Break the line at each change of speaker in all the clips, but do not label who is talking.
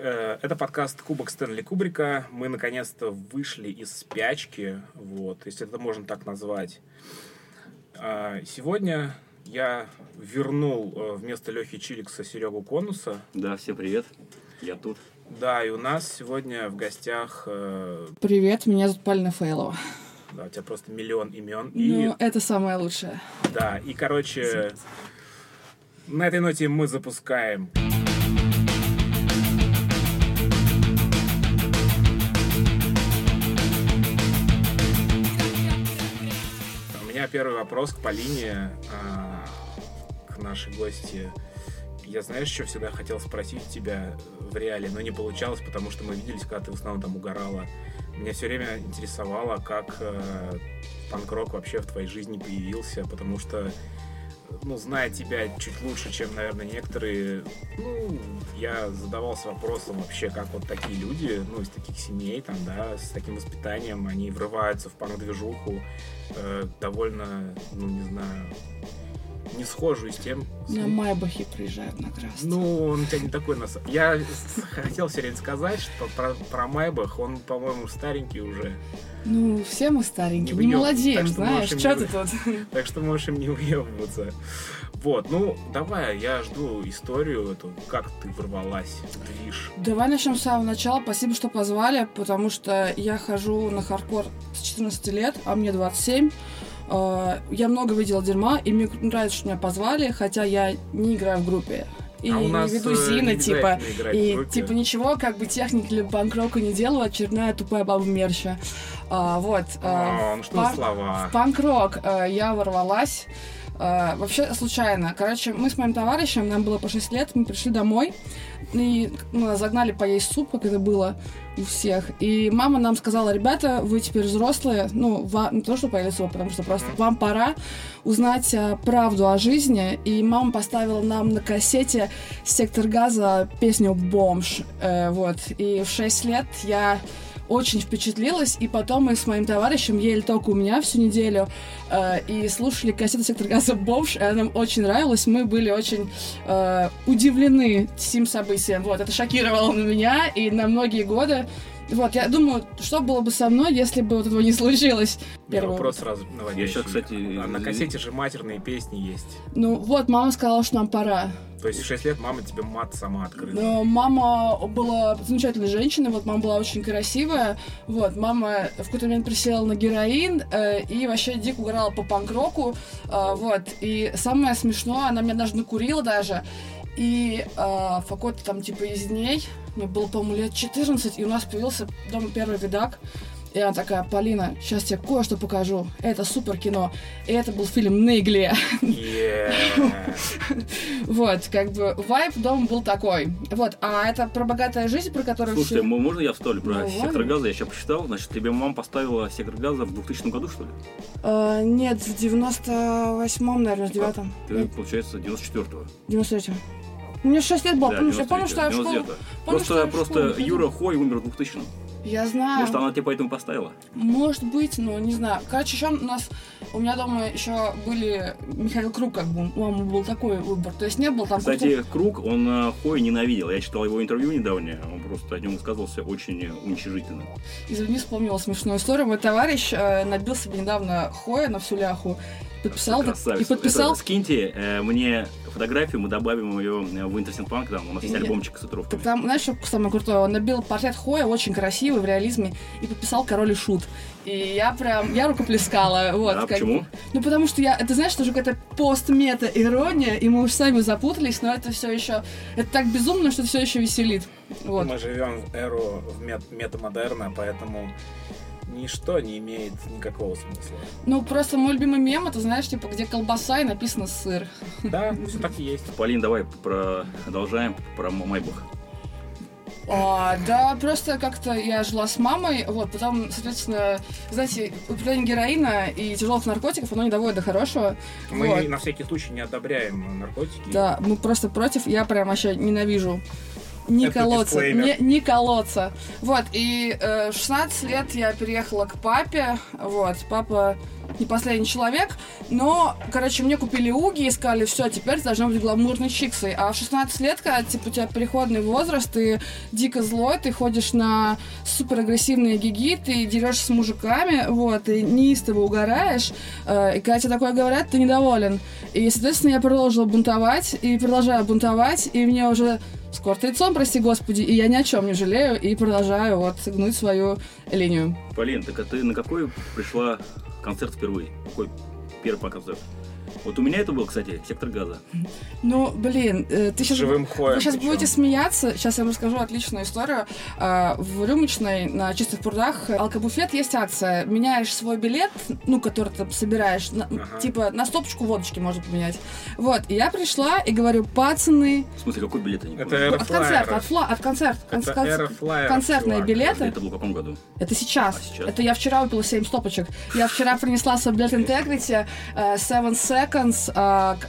Э, Это подкаст Кубок Стэнли Кубрика. Мы наконец-то вышли из спячки, вот, если это можно так назвать. А, Сегодня я вернул э, вместо Лехи Чиликса Серегу Конуса.
Да, всем привет. Я тут.
Да, и у нас сегодня в гостях... э,
Привет, меня зовут Полина Фейлова.
Да, у тебя просто миллион имен. И
Ну, это самое лучшее.
Да, и, короче, на этой ноте мы запускаем. У меня первый вопрос к Полине, а, к нашей гости. Я, знаешь, что всегда хотел спросить тебя в реале, но не получалось, потому что мы виделись, когда ты в основном там угорала. Меня все время интересовало, как э, панк-рок вообще в твоей жизни появился, потому что, ну, зная тебя чуть лучше, чем, наверное, некоторые, ну, я задавался вопросом вообще, как вот такие люди, ну, из таких семей, там, да, с таким воспитанием, они врываются в панк-движуху э, довольно, ну, не знаю, не схожую с тем... с-
На Майбахе приезжают на красный.
ну, он у тебя не такой нас. Я с- хотел сегодня сказать, что про, про Майбах, он, по-моему, старенький уже.
Ну, все мы старенькие,
Не въёб-
не,
так
молодеем,
что
знаешь,
можем
что
не
ты тут?
Так что можешь им не уебываться. Вот, ну, давай, я жду историю эту, как ты ворвалась в движ.
Давай начнем с самого начала. Спасибо, что позвали, потому что я хожу на хардкор с 14 лет, а мне 27. Э, Я много видела дерьма, и мне нравится, что меня позвали, хотя я не играю в группе. И
а у нас
не веду
э,
Зина,
не
типа.
обязательно играть в
И
группе.
типа ничего, как бы техник или банкрока не делала, очередная тупая баба мерща. А, вот. а,
А, ну что
пар-
за слова?
в панк-рок э, я ворвалась. э, вообще случайно. Короче, мы с моим товарищем, нам было по 6 лет, мы пришли домой и ну, нас загнали поесть суп, как это было у всех. И мама нам сказала, ребята, вы теперь взрослые, ну, ва- не то, что поели суп, потому что просто вам пора узнать э, правду о жизни. И мама поставила нам на кассете «Сектор газа» песню «Бомж». Э, вот. И в 6 лет я очень впечатлилась, и потом мы с моим товарищем ели только у меня всю неделю, э, и слушали кассету «Сектор газа Бомж», и она нам очень нравилась, мы были очень э, удивлены сим событием, вот, это шокировало на меня и на многие годы, вот, я думаю, что было бы со мной, если бы вот этого не случилось?
У меня
первого
вопрос сразу наводящий.
Я щас, кстати,
А на
извини.
кассете же матерные песни есть.
Ну, вот, мама сказала, что нам пора.
То есть в 6 лет мама тебе мат сама открыла.
Но Э, мама была замечательной женщиной, вот мама была очень красивая, вот, мама в какой-то момент присела на героин э, и вообще дико угорала по панк-року, э, вот, и самое смешное, она меня даже накурила даже, и э, в какой-то там типа из дней, мне было, по-моему, лет 14, и у нас появился дома первый видак, и она такая, Полина, сейчас тебе кое-что покажу. Это супер кино. И это был фильм «На игле».
Е.
Вот, как бы вайп дома был такой. Вот, а это про богатая жизнь, про которую
Слушай,
все...
м- можно я вставлю про
Ну,
сектор
ладно.
газа? Я сейчас посчитал. Значит, тебе мама поставила сектор газа в 2000 году, что ли?
Э, нет, в 98-м, наверное, в 9-м.
Ты, получается, 94-го.
93-м. Мне 6 лет было,
Да,
помнишь? Я помню, что я в
93-го,
школу...
99-го.
помню, что
Просто,
я в школу А.
просто
ходила.
Юра Хой умер в 2000
Я знаю.
Может, она тебе поэтому поставила?
Может быть, но не знаю. Короче, еще у нас, у меня дома еще были Михаил Круг, как бы, у мамы был такой выбор. То есть не было там... крутого-
Кстати, Круг, он э, Хой ненавидел. Я читал его интервью недавнее. Он просто о нем высказывался очень э, уничижительно.
Извини, вспомнила смешную историю. Мой товарищ э, набил себе недавно Хоя на всю ляху. Подписал, так- и
Красавец.
подписал
Это скиньте э, мне фотографию, мы добавим ее в Interesting Punk, там у нас есть
Нет.
альбомчик с отрывками.
Так там, знаешь, что самое крутое? Он набил портрет Хоя, очень красивый, в реализме, и подписал «Король и шут». И я прям, я рукоплескала. Вот,
Да,
как
почему?
бы. Ну, потому что я, это, знаешь, тоже какая-то пост-мета-ирония, и мы уж сами запутались, но это все еще, это так безумно, что все еще веселит. Вот.
Мы живем в эру в мет- метамодерна, поэтому ничто не имеет никакого смысла.
Ну, просто мой любимый мем, это, знаешь, типа, где колбаса и написано «сыр».
Да, все так и есть.
Полин, давай продолжаем про Майбах.
А, да, просто как-то я жила с мамой, вот, потом, соответственно, знаете, употребление героина и тяжелых наркотиков, оно не доводит до хорошего.
Мы
Вот.
на всякий случай не одобряем наркотики.
Да, мы просто против. Я прям вообще ненавижу. Не
Это
колоться,
дисклеймер.
не, не колоться. Вот, и э, в 16 лет я переехала к папе, вот, папа не последний человек, но, короче, мне купили уги и сказали, все, теперь ты должна быть гламурной чиксой. А в 16 лет, когда, типа, у тебя переходный возраст, ты дико злой, ты ходишь на супер агрессивные гиги, ты дерешься с мужиками, вот, и неистово угораешь, э, и когда тебе такое говорят, ты недоволен. И, соответственно, я продолжила бунтовать, и продолжаю бунтовать, и мне уже скоро 30, прости господи, и я ни о чем не жалею, и продолжаю вот гнуть свою линию.
Полин, так а ты на какой пришла концерт впервые? Какой первый концерт? Вот у меня это был, кстати, сектор газа.
Ну, блин, э, ты сейчас...
Живым хоем.
Вы сейчас
причем.
будете смеяться. Сейчас я вам расскажу отличную историю. А, В рюмочной на чистых прудах алкобуфет есть акция. Меняешь свой билет, ну, который ты собираешь, на-
Ага.
типа на стопочку водочки можно поменять. Вот, и я пришла и говорю, пацаны,
В смысле, какой билет они
Это Air
от концерта, от, фла- от концерта, кон-
Это
кон-
Airflyer,
концертные
чувак.
билеты.
Это было в каком году?
Это сейчас.
А, сейчас.
Это я вчера выпила 7 стопочек. Я вчера принесла свой Black Integrity, э, Seven Seconds, э,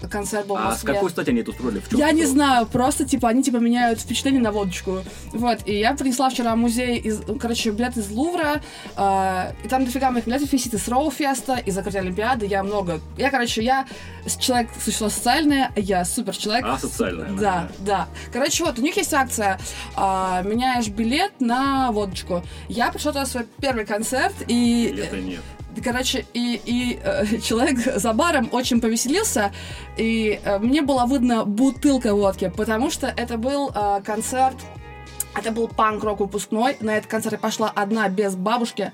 к- концерт был в
А с
Москве.
какой стати они это устроили? В чем
Я не
прикол?
знаю, просто, типа, они, типа, меняют впечатление на водочку. Вот, и я принесла вчера музей, из, ну, короче, билет из Лувра, э, и там дофига моих билетов висит из Роуфеста, из закрытой Олимпиады, я много... Я, короче, я с- человек, существо социальное, я супер человек.
А, социальное,
Да, да. Короче, вот, у них есть акция, а, меняешь билет на водочку. Я пришла туда на свой первый концерт, и...
Билета нет.
Да, Короче, и, и э, человек за баром очень повеселился, и э, мне была выдана бутылка водки, потому что это был э, концерт, это был панк-рок выпускной, на этот концерт я пошла одна, без бабушки,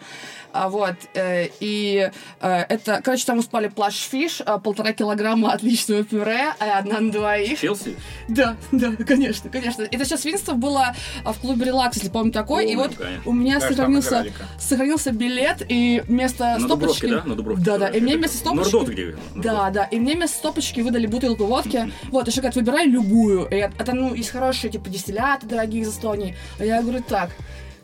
А, вот, э, и э, это, короче, там успали плашфиш, э, полтора килограмма отличного пюре, э, одна на двоих.
Челси?
Да, да, конечно, конечно. Это сейчас свинство было э, в клубе «Релакс», если помню такой, и
Помню,
вот
конечно.
у меня
Да, там
сохранился
играли-ка.
сохранился билет, и вместо
На
стопочки...
Дубровке, да? На Дубровке.
Э,
Э,
Да, да.
короче.
И мне вместо стопочки...
Нордот где?
Да, да. И мне вместо стопочки выдали бутылку водки. Вот, еще говорят, выбирай любую. И я- это, ну, есть хорошие, типа, дистилляты дорогие из Эстонии. А я говорю, так,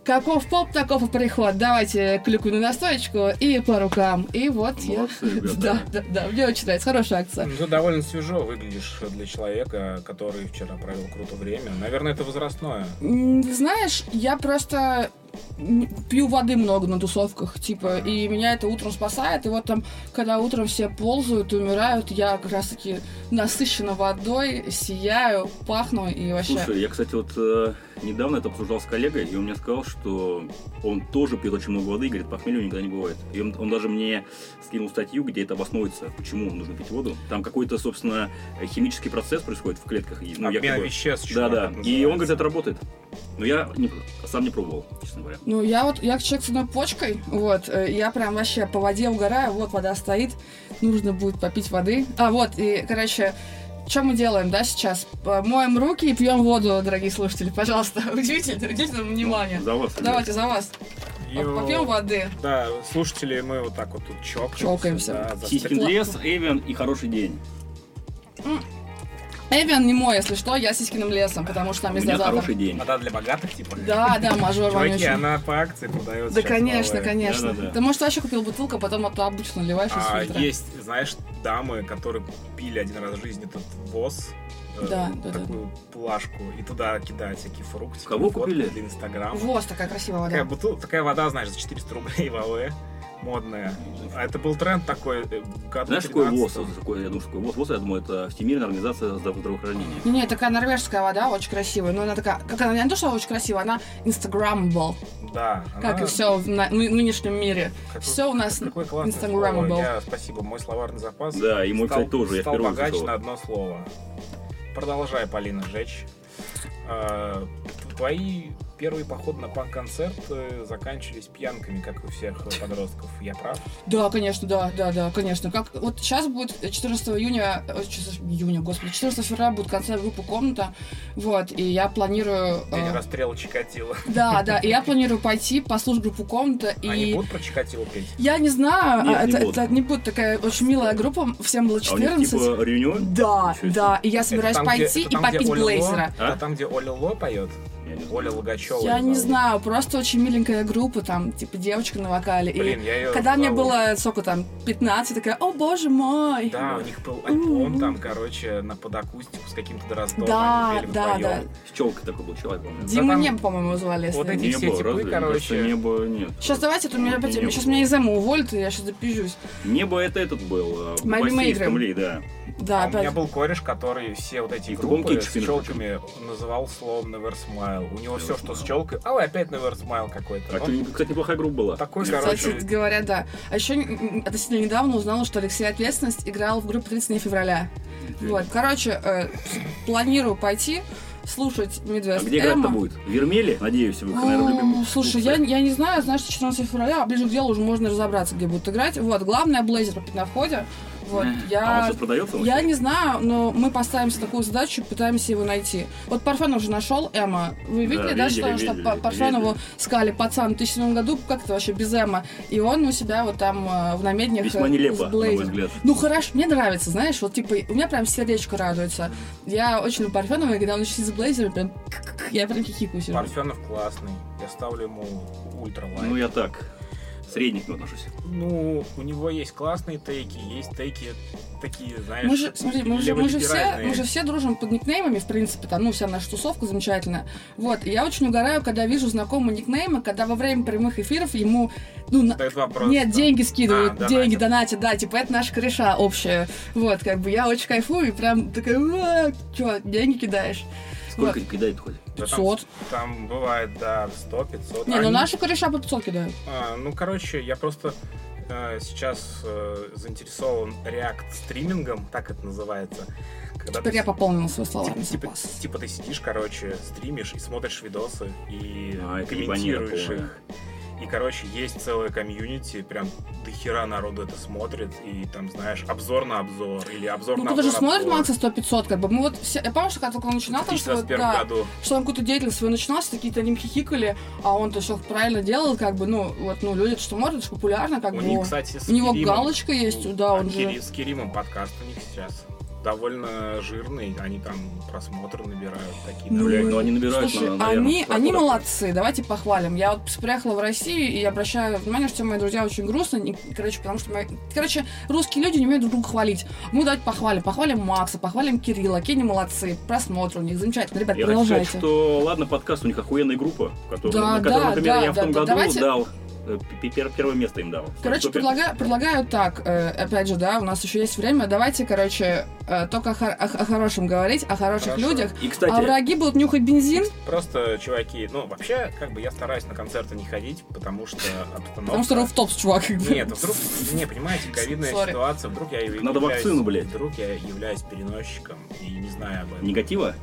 каков поп, таков и приход. Давайте клюкву на настоечку и по рукам. И вот я...
Молодцы, ребята.
Да, да, да. Мне очень нравится. Хорошая акция.
Ну, ты довольно свежо выглядишь для человека, который вчера провел круто время. Наверное, это возрастное.
М, Знаешь, я просто м, пью воды много на тусовках, типа, и меня это утром спасает, и вот там, когда утром все ползают и умирают, я как раз-таки насыщена водой, сияю, пахну и вообще...
Слушай, я, кстати, вот э, недавно это обсуждал с коллегой, и он мне сказал, что он тоже пьет очень много воды и говорит, похмелья у него никогда не бывает. И он, он даже мне скинул статью, где это обосновывается, почему нужно пить воду. Там какой-то, собственно, э, химический процесс происходит в клетках. и, ну,
Обмен
якобы-
веществ.
Да,
чувак,
да.
это
И он говорит,
называется.
это работает. Но я не- сам не пробовал, честно говоря.
Ну, я вот, я человек с одной почкой, вот, э, я прям вообще по воде угораю, вот вода стоит, нужно будет попить воды. А, вот, и, короче, что мы делаем, да, сейчас? Э, Моем руки и пьем воду, дорогие слушатели, пожалуйста, удивительно, удивительное внимание.
Ну, За вас. ребят.
Давайте за вас. А
Йоу.
Попьем воды.
Да, слушатели, мы вот так вот тут чокаемся.
Чокаемся.
да, за
Сиськин
стрим.
лес, Эвен и хороший день.
Эвиан не мой, если что, я с Сиськиным лесом, потому что
У
там есть
меня
дозатор.
хороший день.
Вода для богатых, типа?
Да, да, мажор
Чуваки,
вонючий.
она по акции продается.
Да,
сейчас
конечно,
новая.
конечно.
Да-да-да.
Ты, может, вообще купил бутылку, а потом эту обычно наливаешь из
А,
фильтра.
есть, знаешь, дамы, которые пили один раз в жизни этот ВОЗ, э,
Да, да, да.
такую плашку, и туда кидают всякие фрукты.
Кого купили?
Для Инстаграма.
Воз, такая красивая вода.
Такая, бутыл- такая вода, знаешь, за 400 рублей в АВ, модная. А это был тренд такой, э, в году
Знаешь, какой
13-м.
ВОЗ? Такой, я думаю, что такое ВОЗ, ВОЗ, я думаю, это Всемирная организация здраво- здравоохранения.
Не, не, такая норвежская вода, очень красивая. Но она такая, как она не то, что очень красивая, она инстаграмбл,
Да.
как и
она-
все в на- ны- нынешнем мире.
Какой-
Все у нас
Какое классное
Инстаграма
слово.
был.
Я- спасибо, мой словарный запас.
Да, и мой,
стал,
кстати, тоже. Я
стал
впервые
богаче
услышал.
на одно слово. Продолжай, Полина, жечь. А, твои первые походы на панк-концерт э, заканчивались пьянками, как у всех э, подростков. Я прав?
Да, конечно, да, да, да, конечно. Как вот сейчас будет 14 июня, э, 14 июня, господи, 14 февраля будет концерт группы «Комната», вот, и я планирую... э,
День расстрела Чикатило.
Да, да, и я планирую пойти послушать группу «Комната»
Они
и...
будут про Чикатило петь?
Я не знаю,
Нет,
а,
не
это,
будут.
это не будет такая очень милая группа, всем было
А у них
14.
типа реюнион?
Да,
Ничего себе.
да, и я
Это
собираюсь
там, где-
пойти
это
и
там, где
попить
Оля Ло-
А?
Блейзера.
Это там, где Оля Ло поет?
Не, я не знаю.
Оля Логачева.
Я не знаю, просто очень миленькая группа, там, типа, девочка на вокале.
Блин,
и
я ее
когда мне было, сколько там, 15, такая, о боже мой.
Да, у них был альбом там, короче, на под акустику с каким-то дроздом.
Да,
они пели
да,
вдвоем.
С челкой такой был человек, помню.
Дима
там-
Небо, по-моему, звали. если
Вот
я не
эти все типы,
разве? Мне
короче.
кажется, Небо, нет.
Сейчас давайте, тут меня
Не,
опять...
не
Сейчас
было.
меня из ЭМО уволят, и я сейчас запижусь.
Небо это этот был. э,
Моя любимая
басист
игра.
Камлей, да.
Да,
А у меня
опять.
был кореш, который все вот эти
И в другом
группы с
киче фильм
челками называл словом Never Smile. У него
Never
все, что с
Smile.
челкой, а ой, опять Never Smile какой-то. Ну,
А
Он-
чё, кстати, неплохая группа была.
Такой,
Мне
короче,
Кстати говоря, да. А еще м, м, относительно недавно узнала, что Алексей Ответственность играл в группе 30 дней февраля.
кажется.
Вот, короче, э, планирую пойти слушать
А
Медведь
где играть-то будет? В Вермеле? Надеюсь, вы, наверное, любим.
Слушай, я, я не знаю, знаешь, что 14 февраля, а ближе к делу уже можно разобраться, где будут играть. Вот, главное, блейзер купить на входе. Вот,
А он
я...
сейчас продается?
Я не знаю, но мы поставим себе такую задачу, пытаемся его найти. Вот Парфенов уже нашел Эма. Вы
Да,
видели,
видели,
да, что, что
видели,
Пар- Парфенову
видели.
сказали, пацан, в 2007 году как-то вообще без Эма. И он у себя вот там э, в намедниях э,
Весьма нелепо,
с
на мой
блейзером.
взгляд.
Ну хорошо, мне нравится, знаешь, вот типа, у меня прям сердечко радуется. Я очень люблю Парфенова, и когда он еще с блейзером, прям я прям хихикаю себе.
Парфенов классный. Я ставлю ему ультра лайк.
Ну, я так. Средний к нему отношусь.
Ну, у него есть классные тейки, есть тейки такие, знаешь,
Мы же, смотри, мы же, мы же все,
леволиберальные.
мы же все дружим под никнеймами, в принципе, там, ну, вся наша тусовка замечательная. Вот, и я очень угораю, когда вижу знакомые никнеймы, когда во время прямых эфиров ему, ну, на-
Задают вопрос.
нет,
там,
деньги скидывают,
А,
деньги
донатят.
донатят, да, типа, это наша кореша общая. Вот, как бы, я очень кайфую и прям такая, «Уа, чё, деньги кидаешь?
Сколько
Вот.
кидает хоть?
да, там-
500.
Там бывает, да, 100, 500.
Не, ну, наши кореша по 500 кидают.
А, ну, короче, я просто э, сейчас э, заинтересован реакт стримингом, так это называется. Когда
Теперь я
ты,
пополнила свои слова.
типа, типа- типа ты сидишь, короче, стримишь и смотришь видосы и
А, это
комментируешь
ебанина
их. И, короче, есть целая комьюнити, прям дохера народу это смотрит, и там, знаешь, обзор на обзор, или обзор
Ну,
на
кто-то же
обзор,
смотрит
обзор.
Макса 100-500, как бы. Мы вот все... Я помню, что когда только он начинал,
в
там, что,
2021
да,
году.
что он какую-то деятельность свою начинал, все такие-то ним хихикали, а он-то все правильно делал, как бы, ну, вот, ну, люди что может, это ж популярно, как
у
бы.
них, кстати, с
у него
Киримом-
галочка есть, да, он
а
же-
Кири- С Киримом подкаст у них сейчас довольно жирный, они там просмотры набирают такие.
Ну,
Блядь,
довольно-
ну они набирают,
Слушай,
на- наверное,
они,
подходов.
они молодцы, давайте похвалим. Я вот приехала в Россию и обращаю внимание, что мои друзья очень грустные, и, короче, потому что мои... Короче, русские люди не умеют друг друга хвалить. Ну, давайте похвалим. Похвалим Макса, похвалим Кирилла, какие они молодцы, просмотры у них замечательно. Ребят,
Я хочу сказать,
продолжайте.
что ладно, подкаст у них охуенная группа, которую,
Да,
на которую,
да,
например,
да,
я в
да,
том
да,
году
давайте-
дал э, пе- пе- первое место им дал.
Короче,
Стоп,
предлагаю, предлагаю так, э, опять же, да, у нас еще есть время, давайте, короче, э, только о, хор- о- о хорошем говорить, о хороших
Хорошо.
людях,
И, кстати,
а враги будут нюхать бензин,
Просто, чуваки, ну, вообще, как бы я стараюсь на концерты не ходить, потому что обстановка...
потому что руфтопс, чувак.
Нет, вдруг, не, понимаете, ковидная
Sorry.
ситуация, вдруг я являюсь...
надо вакцину, блядь.
Вдруг я являюсь переносчиком и не знаю об этом.
негатива.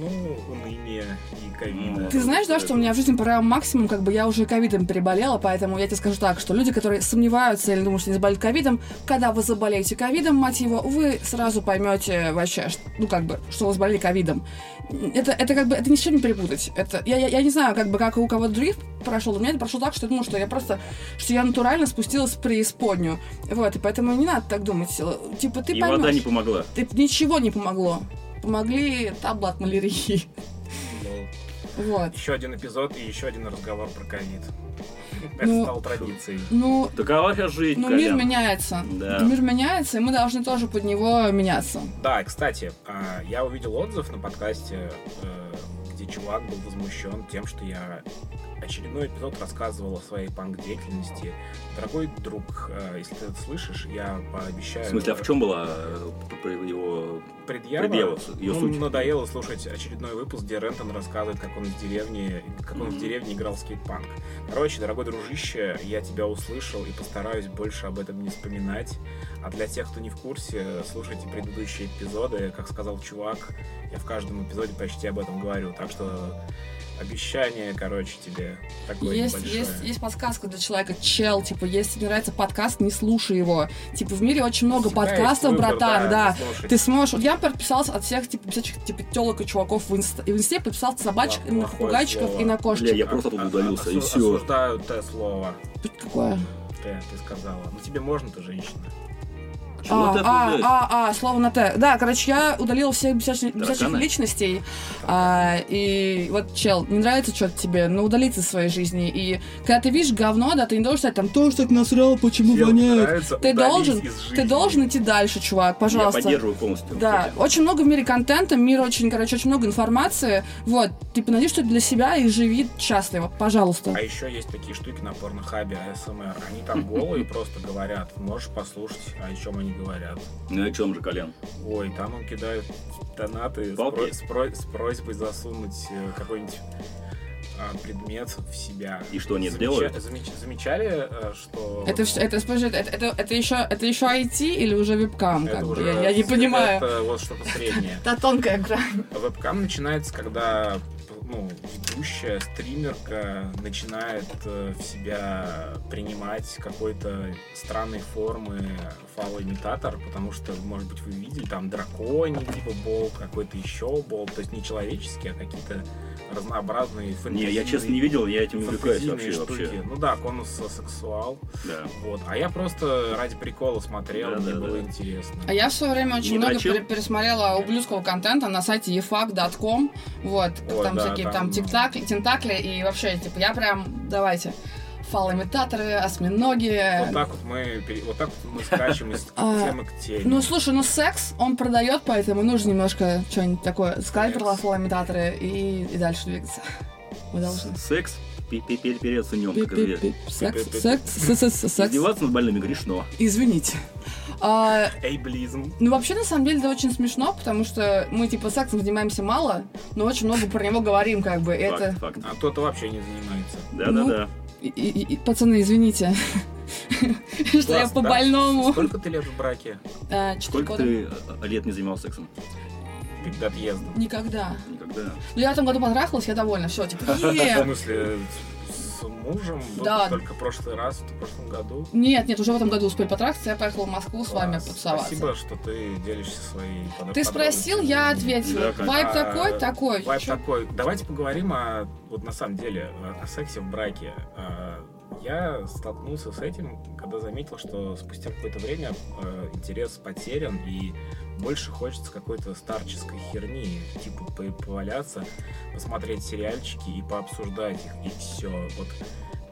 Ну, уныние и
Ну.
ковида.
Ты знаешь, да, что у меня в жизни пора максимум, как бы я уже ковидом переболела, поэтому я тебе скажу так, что люди, которые сомневаются или думают, что не заболеют ковидом, когда вы заболеете ковидом, мать его, вы сразу поймете вообще, ш- ну, как бы, что вы заболели ковидом. Это, это как бы, это ни с чем не перепутать. Это, я, я, я не знаю, как бы, как у кого-то других прошел, у меня это прошло так, что я думала, что я просто, что я натурально спустилась в преисподнюю. Вот, и поэтому не надо так думать. Типа, ты
и
поймешь.
вода не помогла.
Ты- ничего не помогло. Помогли табло от малярии.
Лол.
Вот.
Еще один эпизод и еще один разговор про ковид. Это
Ну,
стало традицией.
Ну,
Такова сейчас жизнь,
Ну, мир
Колян.
меняется.
Да.
Мир меняется, и мы должны тоже под него меняться.
Да, и, кстати, а, я увидел отзыв на подкасте, э, где чувак был возмущен тем, что я очередной эпизод рассказывал о своей панк-деятельности. Дорогой друг, э, если ты это слышишь, я пообещаю...
В смысле, а в чем была э, п- п- его...
Предъява.
предъява, её
ну,
суть?
надоело слушать очередной выпуск, где Рентон рассказывает, как он в деревне, как он в
Мгм.
деревне играл в скейт-панк. Короче, дорогой дружище, я тебя услышал и постараюсь больше об этом не вспоминать. А для тех, кто не в курсе, слушайте предыдущие эпизоды. Как сказал чувак, я в каждом эпизоде почти об этом говорю. Так что обещание, короче, тебе такое
Есть,
небольшое.
есть, есть подсказка для человека. Чел, типа, если тебе нравится подкаст, не слушай его. Типа, в мире очень много
Всегда есть
подкастов,
выбор,
братан, да.
слушать.
Ты сможешь. Вот я подписался от всех типа всяких типа телок и чуваков в инсте, и в инсте подписался собачек,
Плохое
на попугайчиков
слово.
и на
Бля,
кошечек.
я просто тут
А- а-
удалился, и
осу-
все.
Осуждаю Т слово.
Тут Какое?
Т, ты сказала. Ну тебе можно, ты женщина.
Чего
А,
ты
а,
обсуждаешь?
а, а, слово на Т. Да, короче, я удалила всех бесячных, бесячих
Тараканы?
личностей. А, и вот, чел, не нравится что-то тебе, но удали ты из своей жизни. И когда ты видишь говно, да, ты не должен стать там, тоже так насрал, почему
Всем
Ну, воняет.
нравится,
Ты
удались
должен,
из жизни.
ты должен идти дальше, чувак,
Я
пожалуйста.
поддерживаю полностью.
Да, очень много в мире контента, мир очень, короче, очень много информации. Вот, типа, найди что-то для себя и живи счастливо, пожалуйста.
А еще есть такие штуки на порнохабе а АСМР. Они там голые просто говорят. Можешь послушать, о чем они говорят.
Ну и о чем же, Колян?
Ой, там им кидают донаты с,
Бабки.
про- с про- с просьбой засунуть э, какой-нибудь а, предмет в себя.
И что они
Замеча-
делают?
замеч- замечали, э, что...
Это все, это, подожди, это, это, это еще, это еще IT или уже вебкам,
это
как бы?
уже-
Я, я не понимаю.
Это вот что-то среднее.
Это тонкая игра.
Вебкам начинается, когда ну, ведущая, стримерка начинает э, в себя принимать какой-то странной формы фалоимитатор, потому что, может быть, вы видели, там драконий, типа болт, какой-то еще болт, то есть не человеческие, а какие-то разнообразные
Не,
фэнтезийные-
я честно не видел, я этим не увлекаюсь
фэнтезийные
вообще.
штуки.
вообще.
Ну да, конус-сексуал.
Да.
Вот. А я просто ради прикола смотрел,
Да,
мне
да,
было
да.
интересно.
А я в свое время очень
Не
много
дрочил?
пере- пересмотрела ублюдского контента на сайте e efac.com. Вот,
Ой,
там
да,
всякие там,
там, ну.
тиктакли- тентакли и вообще, типа, я прям, давайте, фалоимитаторы, осьминоги.
Вот так вот мы, пере- вот так вот мы скачем из
А,
темы к теме.
Ну, слушай, ну секс он продает, поэтому нужно немножко что-нибудь такое сказать про
Секс.
фалоимитаторы и, и дальше двигаться. Мы должны.
С- Секс пе- пе- пе-
Ну,
переоценен, как известно.
Пи-пи-пи. Секс,
Пи-пи-пи.
секс, секс, секс, секс.
Издеваться над больными грешно.
Извините. А,
Эйблизм.
Ну, вообще, на самом деле, это очень смешно, потому что мы, типа, сексом занимаемся мало, но очень много про него говорим, как бы. и Это...
Факт, факт.
А кто-то вообще не занимается.
Да,
Ну,
да,
И- и- и- пацаны, извините, что я
Класс, да?
по-больному.
Сколько ты лет в браке?
да.
А, Четыре
Сколько
года.
ты э, лет не занимался сексом?
До отъезда.
Никогда.
Никогда.
Ну, я в этом году потрахалась, я довольна, все, типа,
В
«Е-е».
смысле, с мужем? Был
Да.
Только прошлый раз, в прошлом году.
Нет, нет, уже в этом году успели потрахаться, я поехала в Москву с вами
Класс.
потусоваться.
Спасибо, что ты делишься своей подро-
Ты спросил,
подробностями.
я ответила.
Да, конечно.
Вайб
А,
такой, такой.
Вайб
Чё?
такой. Давайте поговорим о, вот на самом деле, о- о сексе в браке. А, Я столкнулся с этим, когда заметил, что спустя какое-то время э, интерес потерян и больше хочется какой-то старческой херни, типа по- поваляться, посмотреть сериальчики и пообсуждать их, и все. Вот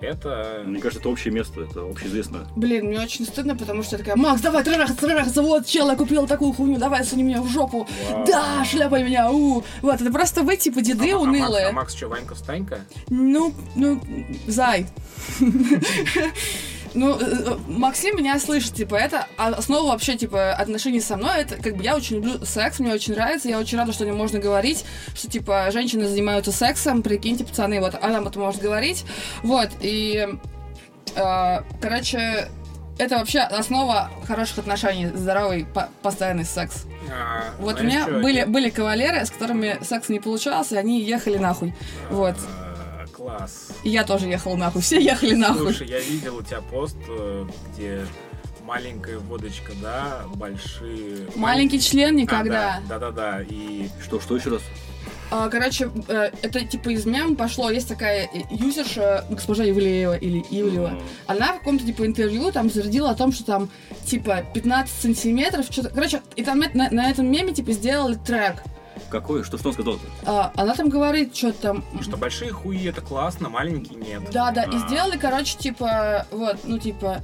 это...
Мне кажется, это общее место, это общеизвестно.
Блин, мне очень стыдно, потому что я такая, Макс, давай, трахаться, трахаться, вот, чел, я купила такую хуйню, давай, суни меня в жопу.
вау.
Да, шляпай меня, у. Вот, это просто вы, типа,
А-
деды
а Макс-
унылые.
А Макс что, Ванька встанька?
Ну, ну, зай. Ну, э, э, Максим меня слышит, типа, это а- основа вообще, типа, отношений со мной, это, как бы, я очень люблю секс, мне очень нравится, я очень рада, что о нем можно говорить, что, типа, женщины занимаются сексом, прикиньте, пацаны, вот, она об этом может говорить, вот, и, э, короче, это вообще основа хороших отношений, здоровый, по- постоянный секс.
А,
Вот у
знаешь,
меня
чё,
были,
я-
были кавалеры, с которыми секс не получался, и они ехали нахуй. вот.
А, Класс.
И я тоже ехала нахуй. Все ехали нахуй.
Слушай, я видел у тебя пост, э, где маленькая водочка, да, большие...
Маленький член
А,
никогда.
да, Да-да-да, и...
Что, что еще раз?
А, короче, э, это типа из мем пошло. Есть такая э, юзерша, госпожа Ивлеева или Ивлеева.
Ну,
Она в каком-то типа интервью там зарядила о том, что там типа 15 сантиметров, что-то. Короче, и там это- на, на этом меме типа сделали трек.
Какое? Что, что он сказал-то?
А, она там говорит, что там.
и что большие хуи это классно, маленькие нет.
Да, да, и
А.
сделали, короче, типа, вот, ну, типа,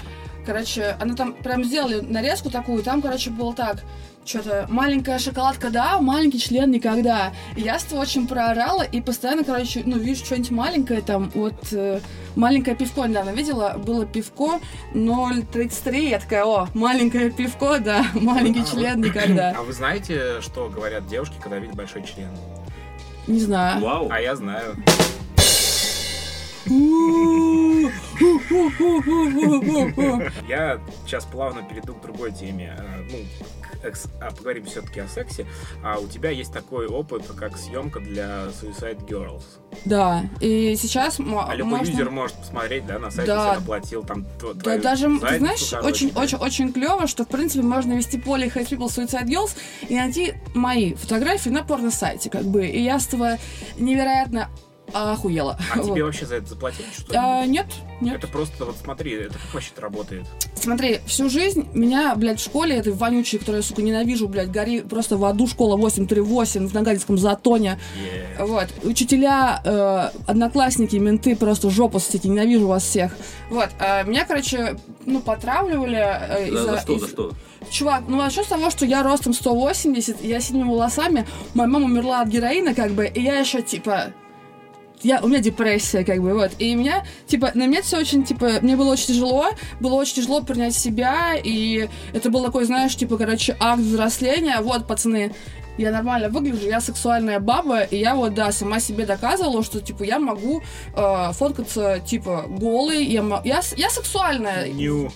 короче, она там прям сделали нарезку такую, там, короче, было так, что-то, маленькая шоколадка, да, маленький член никогда. И я с этого очень проорала, и постоянно, короче, ну, вижу что-нибудь маленькое там, вот, э, маленькое пивко недавно видела, было пивко 0,33, я такая, о, маленькое пивко, да, маленький
А,
член никогда.
А вы знаете, что говорят девушки, когда видят большой член?
Не знаю.
Вау.
А я знаю. Я сейчас плавно перейду к другой теме. Э, Ну, к экс- а поговорим все-таки о сексе. А у тебя есть такой опыт, как съемка для Suicide Girls.
Да, и сейчас м-
А любой
можно...
юзер может посмотреть, да, на сайте,
Да.
если оплатил там тво-
Да,
твою
даже, м, ты
задницу,
знаешь,
короче.
очень, очень, очень клево, что, в принципе, можно вести поле Hate People Suicide Girls и найти мои фотографии на порно-сайте, как бы. И я с этого невероятно охуела.
А
Вот.
тебе вообще за это заплатили что-то?
А, нет, нет.
Это просто, вот смотри, это как вообще это работает?
Смотри, всю жизнь меня, блядь, в школе, этой вонючей, которую я, сука, ненавижу, блядь, гори просто в аду школа 838 в Нагадинском Затоне.
Е.
Вот. Учителя, э, одноклассники, менты, просто жопу сосите, ненавижу вас всех. Вот. а меня, короче, ну, потравливали. э,
За,
из-за-
за что,
из-
за что?
Чувак, ну, начнем с того, что я ростом 180, я с синими волосами, моя мама умерла от героина, как бы, и я еще, типа, я, у меня депрессия, как бы, вот. И меня, типа, на меня все очень, типа, мне было очень тяжело, было очень тяжело принять себя, и это был такой, знаешь, типа, короче, акт взросления. Вот, пацаны, я нормально выгляжу, я сексуальная баба, и я вот, да, сама себе доказывала, что, типа, я могу э, фоткаться, типа, голой, я, мо- я, с- я сексуальная.
Ню.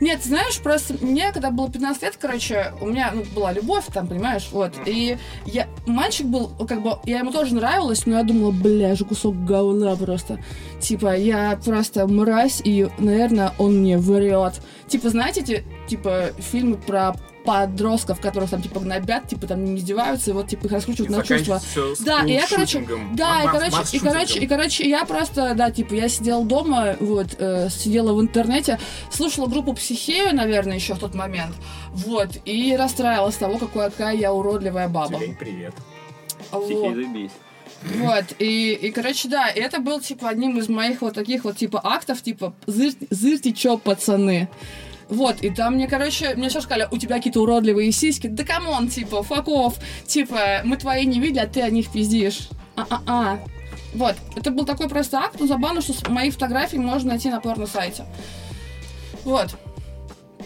Нет, знаешь, просто мне, когда было 15 лет, короче, у меня ну, была любовь, там, понимаешь, вот. И я, мальчик был, как бы, я ему тоже нравилась, но я думала, бля, я же кусок говна просто. Типа, я просто мразь, и, наверное, он мне врет. Типа, знаете, эти, типа, фильмы про подростков, которых там, типа, гнобят, типа, там, не издеваются, и вот, типа, их раскручивают на чувства. Да, и я, короче, да, и, короче, и, короче, и, короче, я просто, да, типа, я сидела дома, вот, э, сидела в интернете, слушала группу «Психею», наверное, еще в тот момент, вот, и расстраивалась того, какая, какая я уродливая баба.
Тюлень, привет.
Психи,
Вот.
заебись.
Вот, и, и, короче, да, и это был, типа, одним из моих вот таких вот, типа, актов, типа, «Зыр- зырьте, чё, пацаны. Вот, и там мне, короче, мне все сказали, у тебя какие-то уродливые сиськи, да камон, типа, факов, типа, мы твои не видели, а ты о них пиздишь. А-а-а. Вот, это был такой просто акт, но забавно, что с- мои фотографии можно найти на порно-сайте. Вот.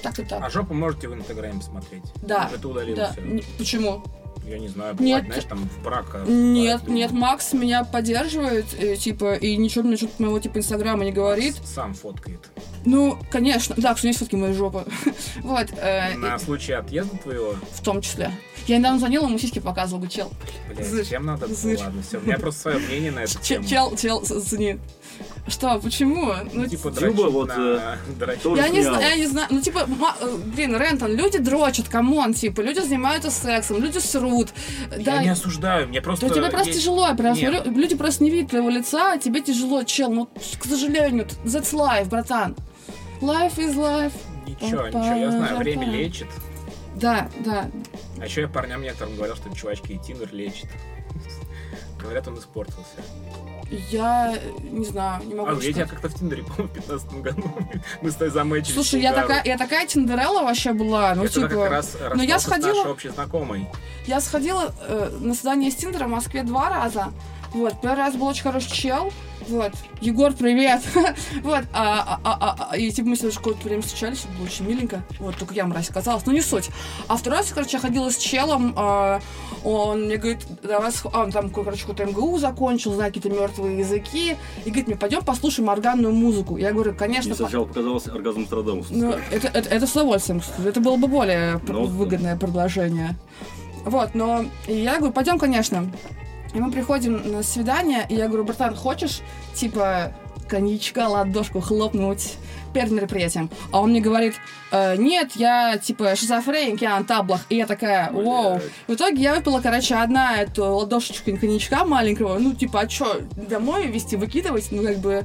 Так и так.
А жопу можете в Инстаграме посмотреть?
Да,
Уже ты удалил
Да.
всё.
Н- Почему?
Я не знаю,
Нет.
бывает, знаешь, там в брак... а,
Нет,
бывает,
нет, Макс меня поддерживает, э, типа, и ничего мне что-то моего, типа, инстаграма не говорит.
с- Сам фоткает.
Ну, конечно. Да, что есть фотки моей жопы. Вот. э,
На
и-
случай отъезда твоего,
В том числе. Я недавно звонила, ему сиськи показывал, говорю, чел.
блядь,
Зырь.
чем надо? Ну
Зырь.
ладно, все, у меня просто свое мнение на эту
Че-
тему.
Чел, чел, с- цени. Что, почему? Ну,
Ну, типа,
Тюба
дрочить
вот,
на- дрочить.
тоже
я не
снял.
знаю, я не знаю, ну типа, ма- э, блин, Рентон, люди дрочат, камон, типа, люди занимаются сексом, люди срут. Да,
Я не осуждаю, мне просто...
Да тебе просто
есть-
тяжело, я прям
Нет.
смотрю, люди просто не видят твоего лица, а тебе тяжело, чел, ну, к сожалению, that's life, братан. Life is life.
Ничего,
Опа,
ничего, я знаю,
жопа.
время лечит.
Да, да,
А еще я парням некоторым говорил, что чувачки и Тиндер лечит. Говорят, он испортился.
я э, не знаю, не могу
А, я тебя
сказать.
как-то в Тиндере, по-моему, в 15 году мы с тобой замечили.
Слушай, я такая, я такая тиндерелла вообще была, ну
я тогда
типа...
как раз
ну, я
расстался с
сходила-
нашей общей знакомой.
Я сходила э, на свидание с Тиндера в Москве два раза. Вот, первый раз был очень хороший чел. Вот, Егор, привет. вот, а, а- а- а- и типа мы с ним уже какое-то время встречались, это было очень миленько. Вот, только я мразь казалась, но не суть. А второй раз, короче, я ходила с челом, а, он мне говорит, давай, сх- а, он там, короче, какой-то МГУ закончил, знает какие-то мертвые языки, и говорит, мне пойдем послушаем органную музыку. Я говорю, конечно,
Мне
по-
сначала показалось оргазм Страдамуса.
ну, это, это, это с удовольствием, кстати. Это было бы более пр-
Ну,
выгодное предложение. Вот, но и я говорю, пойдем, конечно. И мы приходим на свидание, и я говорю, братан, хочешь, типа, коньячка, ладошку хлопнуть перед мероприятием? А он мне говорит, «Э, нет, я, типа, шизофреник, я на таблах. И я такая, вау.
Блядь.
В итоге я выпила, короче, одна эту ладошечку коньячка маленького. Ну, типа, а чё, домой везти, выкидывать? Ну, как бы...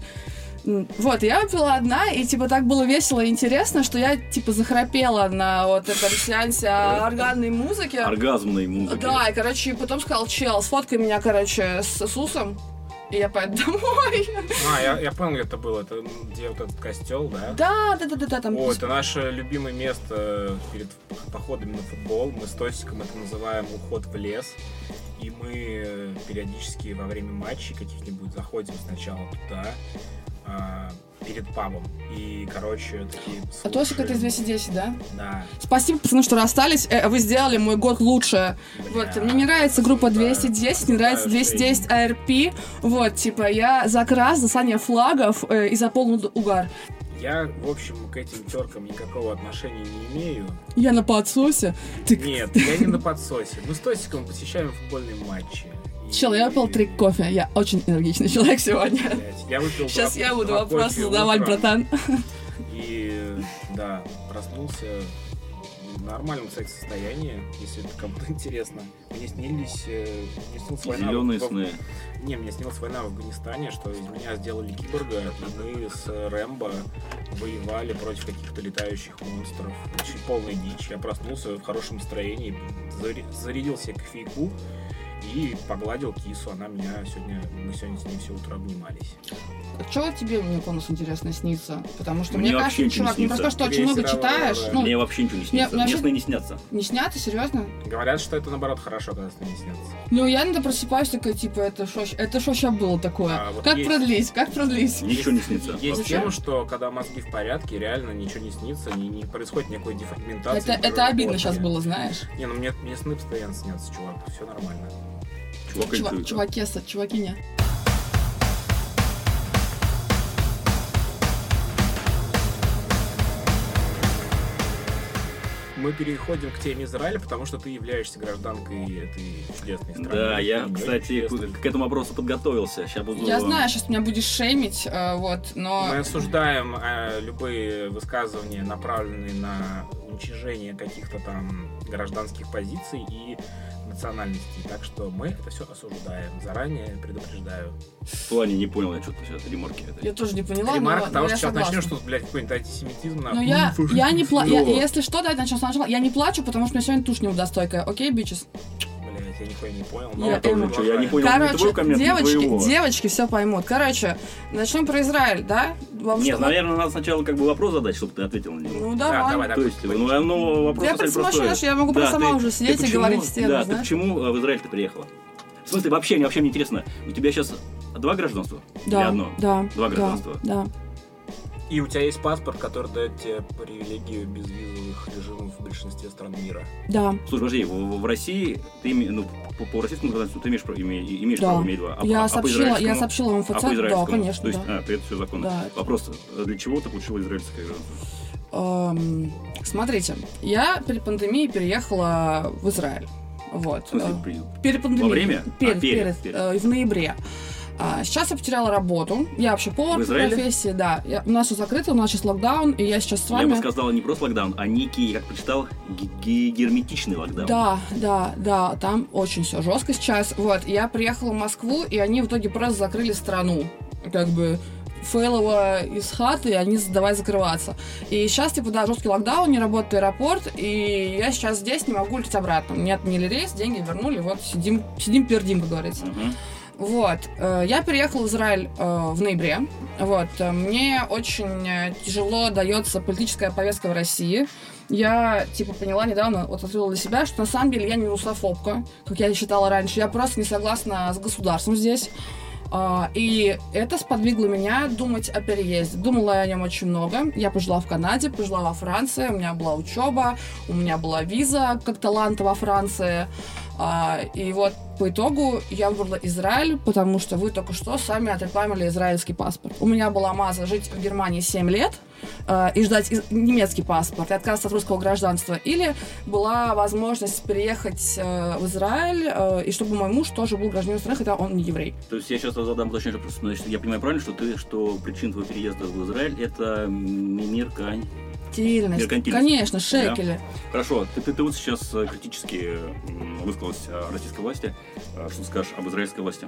м, Вот, я выпила одна, и, типа, так было весело и интересно, что я, типа, захрапела на вот этом сеансе органной музыки.
Оргазмной музыки.
Да, и, короче, потом сказал, чел, сфоткай меня, короче, с Иисусом, и я пойду домой.
А, я, я понял, где это было. Это где вот этот костел, да?
Да, да, да, да, да, там...
О, это наше любимое место э, перед походами на футбол. Мы с Тосиком это называем уход в лес. И мы э, периодически во время матчей каких-нибудь заходим сначала туда, а, перед пабом. И, короче, такие...
А Тосик это из
слушаем.
210, да?
Да.
Спасибо, пацаны, что расстались. Э, Вы сделали мой год лучше. Вот,
Бля,
мне не нравится группа
обсуждаю,
210, не нравится
обсуждаю
210
шею.
ARP. Вот, типа, я за крас, за Саня флагов э, и за полный д- угар.
Я, в общем, к этим теркам никакого отношения не имею.
Я на подсосе. Ты...
Нет, я не на подсосе. Мы с Тосиком посещаем футбольные матчи. И-
Чел, я выпил три кофе. Я очень энергичный человек сегодня.
Блядь, Я выпил
Сейчас
два-
я буду
два
вопросы
кофе
задавать,
утром.
братан.
И да, проснулся, нормальном, кстати, состоянии, если это кому-то интересно. Мне снились... э, Мне снилась война... в-
Зеленые
во-
сны.
Не, мне снилась война в Афганистане, что из меня сделали киборга, и мы с Рэмбо воевали против каких-то летающих монстров. Очень полная дичь. Я проснулся в хорошем настроении, заре- зарядил себе кофейку и погладил кису. Она меня сегодня... Мы сегодня с ней все утро обнимались.
Чего тебе, Никонус, интересно снится? Потому что мне,
Мне вообще
кажется,
ничего не
чувак, не
снится.
просто что очень
Весь
много
сериал,
читаешь,
да.
ну,
Мне вообще ничего не снится.
мне
Мне
вообще-
сны не снятся.
не снято, серьезно?
Говорят, что это, наоборот, хорошо, когда с ней снятся.
Ну, я иногда просыпаюсь такая, типа, это шо, щ- это шо ща было такое?
А, вот
как
есть.
продлить, как продлить?
Ничего не снится.
Есть
вообще.
тема, что когда мозги в порядке, реально ничего не снится, не, не происходит никакой дефрагментации.
Это, это
никакой
обидно
работы.
сейчас было, знаешь?
Не, ну мне, мне сны постоянно снятся, чувак, все нормально.
Чувак,
Чува-
это-
чувакеса, чувакиня.
Мы переходим к теме Израиля, потому что ты являешься гражданкой этой чудесной страны.
Да, я,
Очень
кстати,
чудесной.
к, к этому вопросу подготовился. Сейчас буду...
Я знаю, сейчас меня будешь шеймить, э, вот, но...
Мы осуждаем э, любые высказывания, направленные на уничижение каких-то там гражданских позиций и национальностей. Так что мы это все осуждаем. Заранее предупреждаю.
В плане не понял я что-то сейчас ремарки. этой.
Я тоже не поняла,
Ремарка,
но,
потому
но
что
ну я
сейчас начнешь
согласна.
тут, блядь, какой-нибудь антисемитизм на
Но я, я не пла... я-
Ну.
если что, давайте начнем сначала. Я не плачу, потому что мне сегодня тушь не удостойкая. Окей, бичес?
Блядь, я нихуя не понял. Ну,
Я
но
тоже
продолжаю.
ничего, я не понял. не
Короче,
твой коммент, не твоего.
девочки, девочки все поймут. Короче, начнем про Израиль, да? Вам
Нет,
что-
наверное, надо сначала как бы вопрос задать, чтобы ты ответил на него.
Ну,
Да,
давай.
давай,
То
давай.
есть, ну, оно вопрос
я
достаточно
просто
простой.
знаешь, я могу просто
Да,
сама
ты-
уже
ты
сидеть и
почему-
говорить в стену,
Да, ты
знаешь?
почему э, в Израиль ты приехала? В смысле, вообще, вообще мне интересно, у тебя сейчас два гражданства? Или
Да,
одно?
да,
Два
да,
гражданства.
Да,
И у тебя есть паспорт, который дает тебе привилегию безвизовых режимов в большинстве стран мира.
да.
Слушай, подожди, в, в России ты, име- ну, по, по российскому законодательству ты имеешь, право- име- имеешь
Да.
право иметь два. А,
я,
а по
сообщила, я
израильскому?
сообщила в МФЦ,
А по
да,
израильскому?
конечно,
То есть,
да.
а, это все законно.
Да.
Вопрос, э, для чего ты получила израильское гражданство?
Эм, смотрите, я перед пандемией переехала в Израиль. Вот.
В
Э,
смысле, при-
Перед пандемией.
Во время?
Перед,
А, перед,
перед,
перед.
э, в ноябре. А, сейчас я потеряла работу. Я вообще повар
В
по
Израиле?
профессии, да. Я- у нас все закрыто, у нас сейчас локдаун, и я сейчас с
я
вами.
бы сказал не просто локдаун, а некий, как прочитал, ге- ге- герметичный локдаун.
Да, да, да, там очень все жестко сейчас. Вот, я приехала в Москву, и они в итоге просто закрыли страну. Как бы фейлово из хаты, и они давай закрываться. И сейчас, типа, да, жесткий локдаун, не работает аэропорт, и я сейчас здесь не могу улететь обратно. Мне отменили рейс, деньги вернули, вот сидим, сидим пердим, как говорится.
Мгм.
Вот. э, Я переехала в Израиль э, в ноябре. Вот. э, Мне очень э, тяжело дается политическая повестка в России. Я, типа, поняла недавно, вот открыла для себя, что на самом деле я не русофобка, как я считала раньше. Я просто не согласна с государством здесь. А, И это сподвигло меня думать о переезде. Думала я о нем очень много. Я пожила в Канаде, пожила во Франции, у меня была учеба, у меня была виза как таланта во Франции. А, И вот по итогу я выбрала Израиль, потому что вы только что сами отрекламили израильский паспорт. У меня была маза жить в Германии 7 лет э, и ждать из- немецкий паспорт и отказаться от русского гражданства. Или была возможность переехать э, в Израиль, э, и чтобы мой муж тоже был гражданином страны, хотя он не еврей.
То есть я сейчас задам уточняющий вопрос. Значит, я понимаю правильно, что ты, что причина твоего переезда в Израиль это м- меркань.
Меркантильность.
Меркантильность.
Конечно, шекели.
Хорошо, ты, ты, ты вот сейчас э, критически м, высказалась о российской власти. А Что ты скажешь об израильской власти?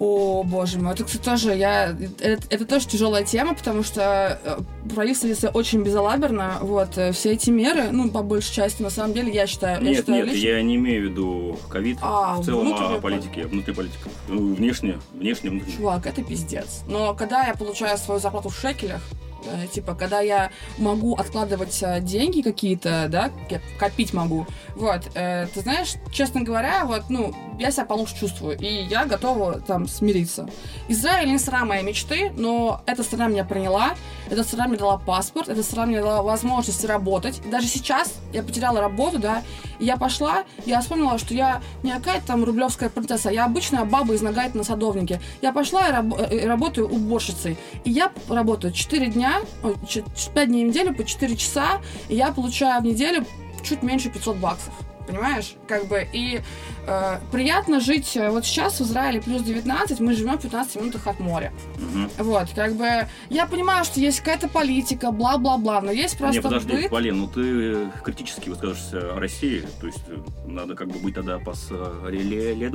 О, боже мой, это, кстати, тоже я... Это, это тоже тяжелая тема, потому что э, правительство здесь очень безалаберно. Вот, э, все эти меры, ну, по большей части, на самом деле, я считаю... я
нет,
считаю
нет,
А, лично-
я не имею в виду ковид,
А,
в целом
внутренняя
о политике, внутри политика. Ну, внешне, внешне, внутренне.
Чувак, это пиздец. Но когда я получаю свою зарплату в шекелях, э, типа, когда я могу откладывать э, деньги какие-то, да, я копить могу, вот, э, ты знаешь, честно говоря, вот, ну, я себя получше чувствую, и я готова там смириться. Израиль не страна моей мечты, но эта страна меня приняла, эта страна мне дала паспорт, эта страна мне дала возможность работать. И даже сейчас я потеряла работу, да, и я пошла, я вспомнила, что я не какая-то там рублевская принцесса, я обычная баба из Нагайт на садовнике. Я пошла и, раб- э, и работаю уборщицей. И я п- работаю 4 дня, 5 дней в неделю по 4 часа, и я получаю в неделю чуть меньше 500 баксов. понимаешь? Как бы, и э, приятно жить э, вот сейчас в Израиле плюс 19, мы живем в 15 минутах от моря.
Мгм.
Вот, как бы, я понимаю, что есть какая-то политика, бла-бла-бла, но есть просто
Не, подожди,
быт.
Полин, ну ты критически высказываешься о России, то есть э, надо как бы быть тогда э, последовательным.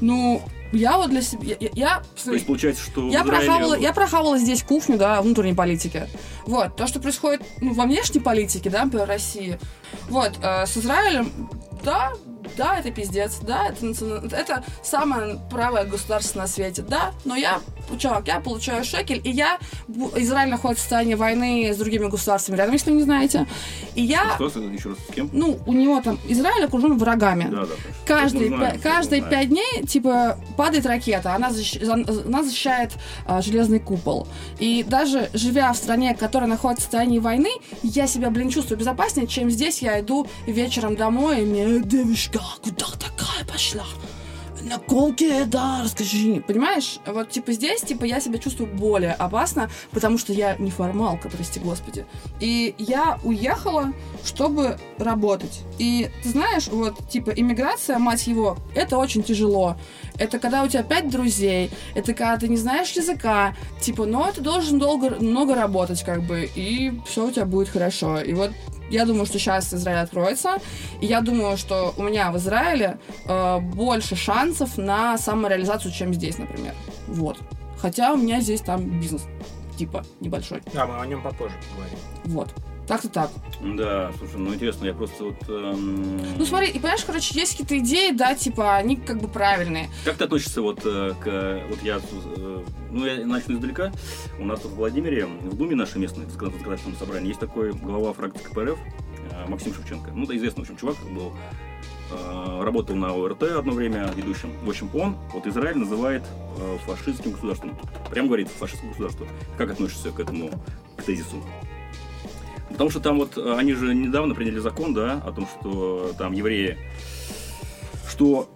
Ну, я вот для себя, я, я-
То есть получается, что
Я
в Израиле-
прохавала, я прохавала здесь кухню, да, внутренней политики. Вот, то, что происходит ну, во внешней политике, да, например, России. Вот, э, с Израилем, да, да, это пиздец, да, это, национа- это самое правое государство на свете, да, но я, чувак, я получаю шекель, и я, бу- Израиль находится в состоянии войны с другими государствами рядом, если вы не знаете, и я,
Что, еще раз, с кем?
ну, у него там, Израиль окружен врагами.
Да, да. конечно.
Каждые,
Мы знаем,
пя- каждые
мы знаем.
пять дней, типа, падает ракета, она, защ- за- она защищает а, железный купол. И даже живя в стране, которая находится в состоянии войны, я себя, блин, чувствую безопаснее, чем здесь я иду вечером домой, и мне «Э, девушка, куда такая пошла? На конке, да, расскажи. Понимаешь, вот типа здесь, типа, я себя чувствую более опасно, потому что я не формалка, прости господи. И я уехала, чтобы работать. И ты знаешь, вот, типа, иммиграция, мать его, это очень тяжело. Это когда у тебя пять друзей, это когда ты не знаешь языка, типа, но ты должен долго, много работать, как бы, и все у тебя будет хорошо. И вот я думаю, что сейчас Израиль откроется, и я думаю, что у меня в Израиле э, больше шансов на самореализацию, чем здесь, например. Вот. Хотя у меня здесь там бизнес, типа, небольшой.
А, мы о нем попозже поговорим.
Вот. Так-то так.
Да, слушай, ну интересно, я просто вот... эм,
Ну смотри, и понимаешь, короче, есть какие-то идеи, да, типа, они как бы правильные.
Как ты относишься вот э, к... Вот я... э, Ну, я начну издалека. У нас тут в Владимире, в Думе нашей местной, в закон- законодательном собрании, есть такой глава фракции КПРФ э, Максим Шевченко. Ну, да, известный, в общем, чувак был. э, Работал на ОРТ одно время ведущим. В общем, он вот Израиль называет э, фашистским государством. Прям говорит, фашистское государство. Как относишься к этому, к тезису? Потому что там вот э, они же недавно приняли закон, да, о том, что там евреи, что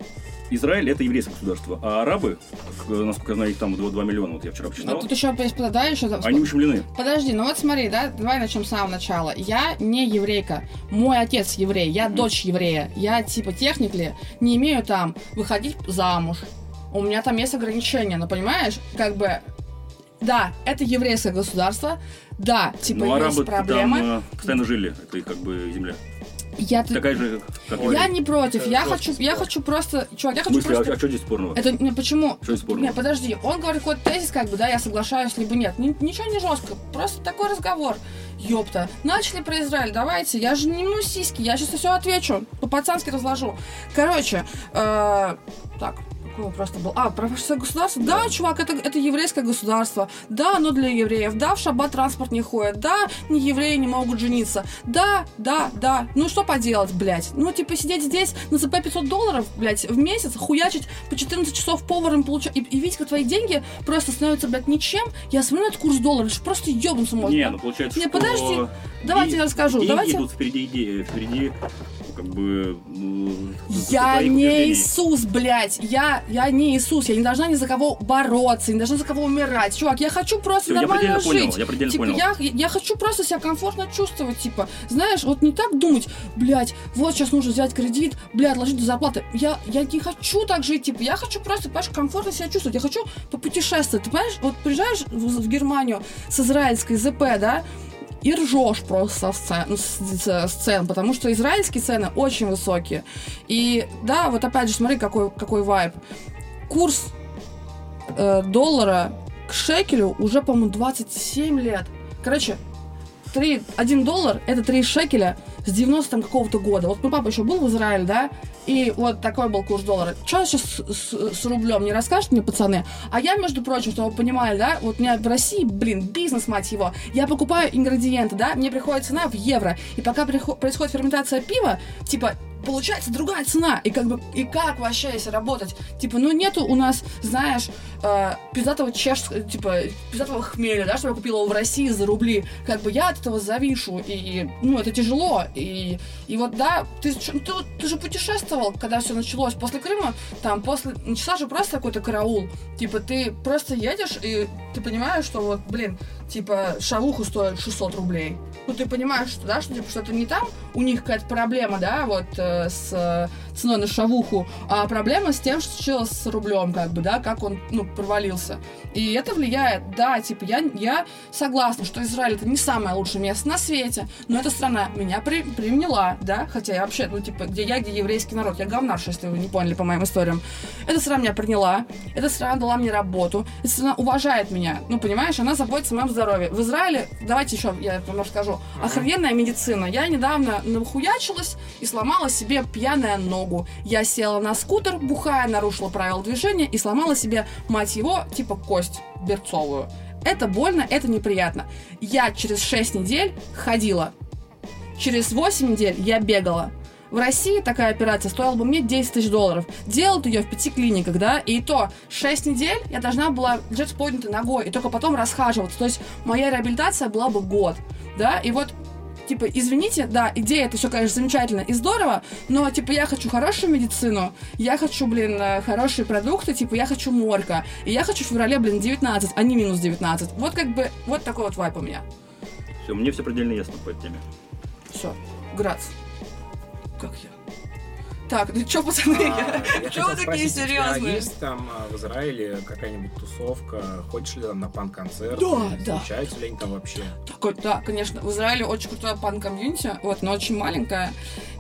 Израиль это еврейское государство, а арабы, к- насколько я знаю, их там 2, 2 миллиона, вот я вчера
А
почитал,
тут еще есть, да, еще там-
Ну. они ущемлены.
Подожди, ну вот смотри, да, давай начнем с самого начала. Я не еврейка, мой отец еврей, я
Мгм.
дочь еврея, я типа техник ли, не имею там выходить замуж. У меня там есть ограничения, но понимаешь, как бы, да, это еврейское государство, да, типа
Но
есть
арабы
проблемы.
Ну, там э, постоянно жили, это их как бы земля.
Я, т-
Такая же, как- как
Ой,
я
евреи.
не против,
это
я
жёсткий
хочу, я
спор.
хочу просто, чувак, я
В
хочу
смысле, а,
просто.
что здесь спорного?
Это не почему?
Что здесь спорного?
Не, подожди, он говорит какой-то тезис, как бы, да, я соглашаюсь, либо нет. Ни- ничего не жестко, просто такой разговор. Ёпта, начали про Израиль, давайте, я же не ну сиськи, я сейчас все отвечу, по-пацански разложу. Короче, э, так, какой вопрос был? А, про фашистское государство? Да, чувак, это, это еврейское государство. Да, оно для евреев. Да, в шаббат транспорт не ходит. Да, не евреи не могут жениться. Да, да, да. Ну что поделать, блядь? Ну, типа, сидеть здесь на ЦП 500 долларов, блядь, в месяц, хуячить по 14 часов поваром получать. И, и видеть, как твои деньги просто становятся, блядь, ничем. Я смотрю на этот курс доллара, это ж просто ебнуться можно.
Не, ну получается,
Не,
что
подожди, давайте я расскажу,
деньги
давайте-
идут впереди идеи, впереди ну, как бы... ну,
Я
твоих
не
убеждений.
Иисус, блядь. Я, я не Иисус. Я не должна ни за кого бороться, не должна за кого умирать. Чувак, я хочу просто
Всё, я
нормально
предельно
жить.
понял, я предельно
типа,
понял.
я, я хочу просто себя комфортно чувствовать. Типа, знаешь, вот не так думать, блядь, вот сейчас нужно взять кредит, блядь, отложить до зарплаты. Я, я не хочу так жить, типа, я хочу просто, понимаешь, комфортно себя чувствовать. Я хочу попутешествовать. Ты понимаешь, вот приезжаешь в, в Германию с израильской ЗП, да, и ржешь просто со сцен, ну, с- с- с цен, потому что израильские цены очень высокие. И да, вот опять же, смотри, какой, какой вайб. Курс э, доллара к шекелю уже, по-моему, 27 лет. Короче, 3, 1 доллар это 3 шекеля с 90 там какого-то года. Вот мой папа еще был в Израиле, да, и вот такой был курс доллара. Что сейчас с, с- с рублем не расскажете мне, пацаны? А я, между прочим, чтобы вы понимали, да, вот у меня в России, блин, бизнес, мать его, я покупаю ингредиенты, да, мне приходит цена в евро, и пока прихо- происходит ферментация пива, типа, получается другая цена, и как бы, и как вообще если работать? Типа, ну нету у нас, знаешь, э, пиздатого чешского, типа, пиздатого хмеля, да, что я купила его в России за рубли, как бы я от этого завишу, и, и, ну, это тяжело, и, и вот, да, ты, ж- ты, вот- ты же путешествовал, когда все началось, после Крыма, там, после, начался же просто какой-то караул, типа, ты просто едешь, и ты понимаешь, что вот, блин, типа, шавуху стоит 600 рублей. Ну, ты понимаешь, что, да, что типа, что-то не там, у них какая-то проблема, да, вот, э, с э, ценой на шавуху, а проблема с тем, что случилось с рублем, как бы, да, как он, ну, провалился. И это влияет, да, типа, я, я согласна, что Израиль это не самое лучшее место на свете, но эта страна меня при, приняла, да, хотя я вообще, ну, типа, где я, где еврейский народ, я говнарша, если вы не поняли по моим историям. Эта страна меня приняла, эта страна дала мне работу, эта страна уважает меня, ну, понимаешь, она заботится о моем здоровье. В Израиле, давайте еще я вам расскажу, охрененная медицина. Я недавно нахуячилась и сломала себе пьяная ногу. Я села на скутер, бухая, нарушила правила движения и сломала себе, мать его, типа кость берцовую. Это больно, это неприятно. Я через 6 недель ходила. Через 8 недель я бегала. В России такая операция стоила бы мне 10 тысяч долларов. Делают ее в пяти клиниках, да, и то 6 недель я должна была лежать с поднятой ногой и только потом расхаживаться. То есть моя реабилитация была бы год, да, и вот типа, извините, да, идея это все, конечно, замечательно и здорово, но, типа, я хочу хорошую медицину, я хочу, блин, э, хорошие продукты, типа, я хочу морка, и я хочу в феврале, блин, 19, а не минус 19. Вот как бы, вот такой вот вайп у меня.
Все, мне все предельно ясно по этой теме.
Все, Грац. Как я? Так, ну чё, пацаны,
А, я
Чё
хотел
вы такие
спросить, у тебя
серьёзные?
Есть там а, в Израиле какая-нибудь тусовка? Хочешь ли там на панк-концерт?
Да, да.
Встречаются ли они там вообще?
Такой, да, конечно, в Израиле очень крутая пан-комьюнити, вот, но очень маленькая.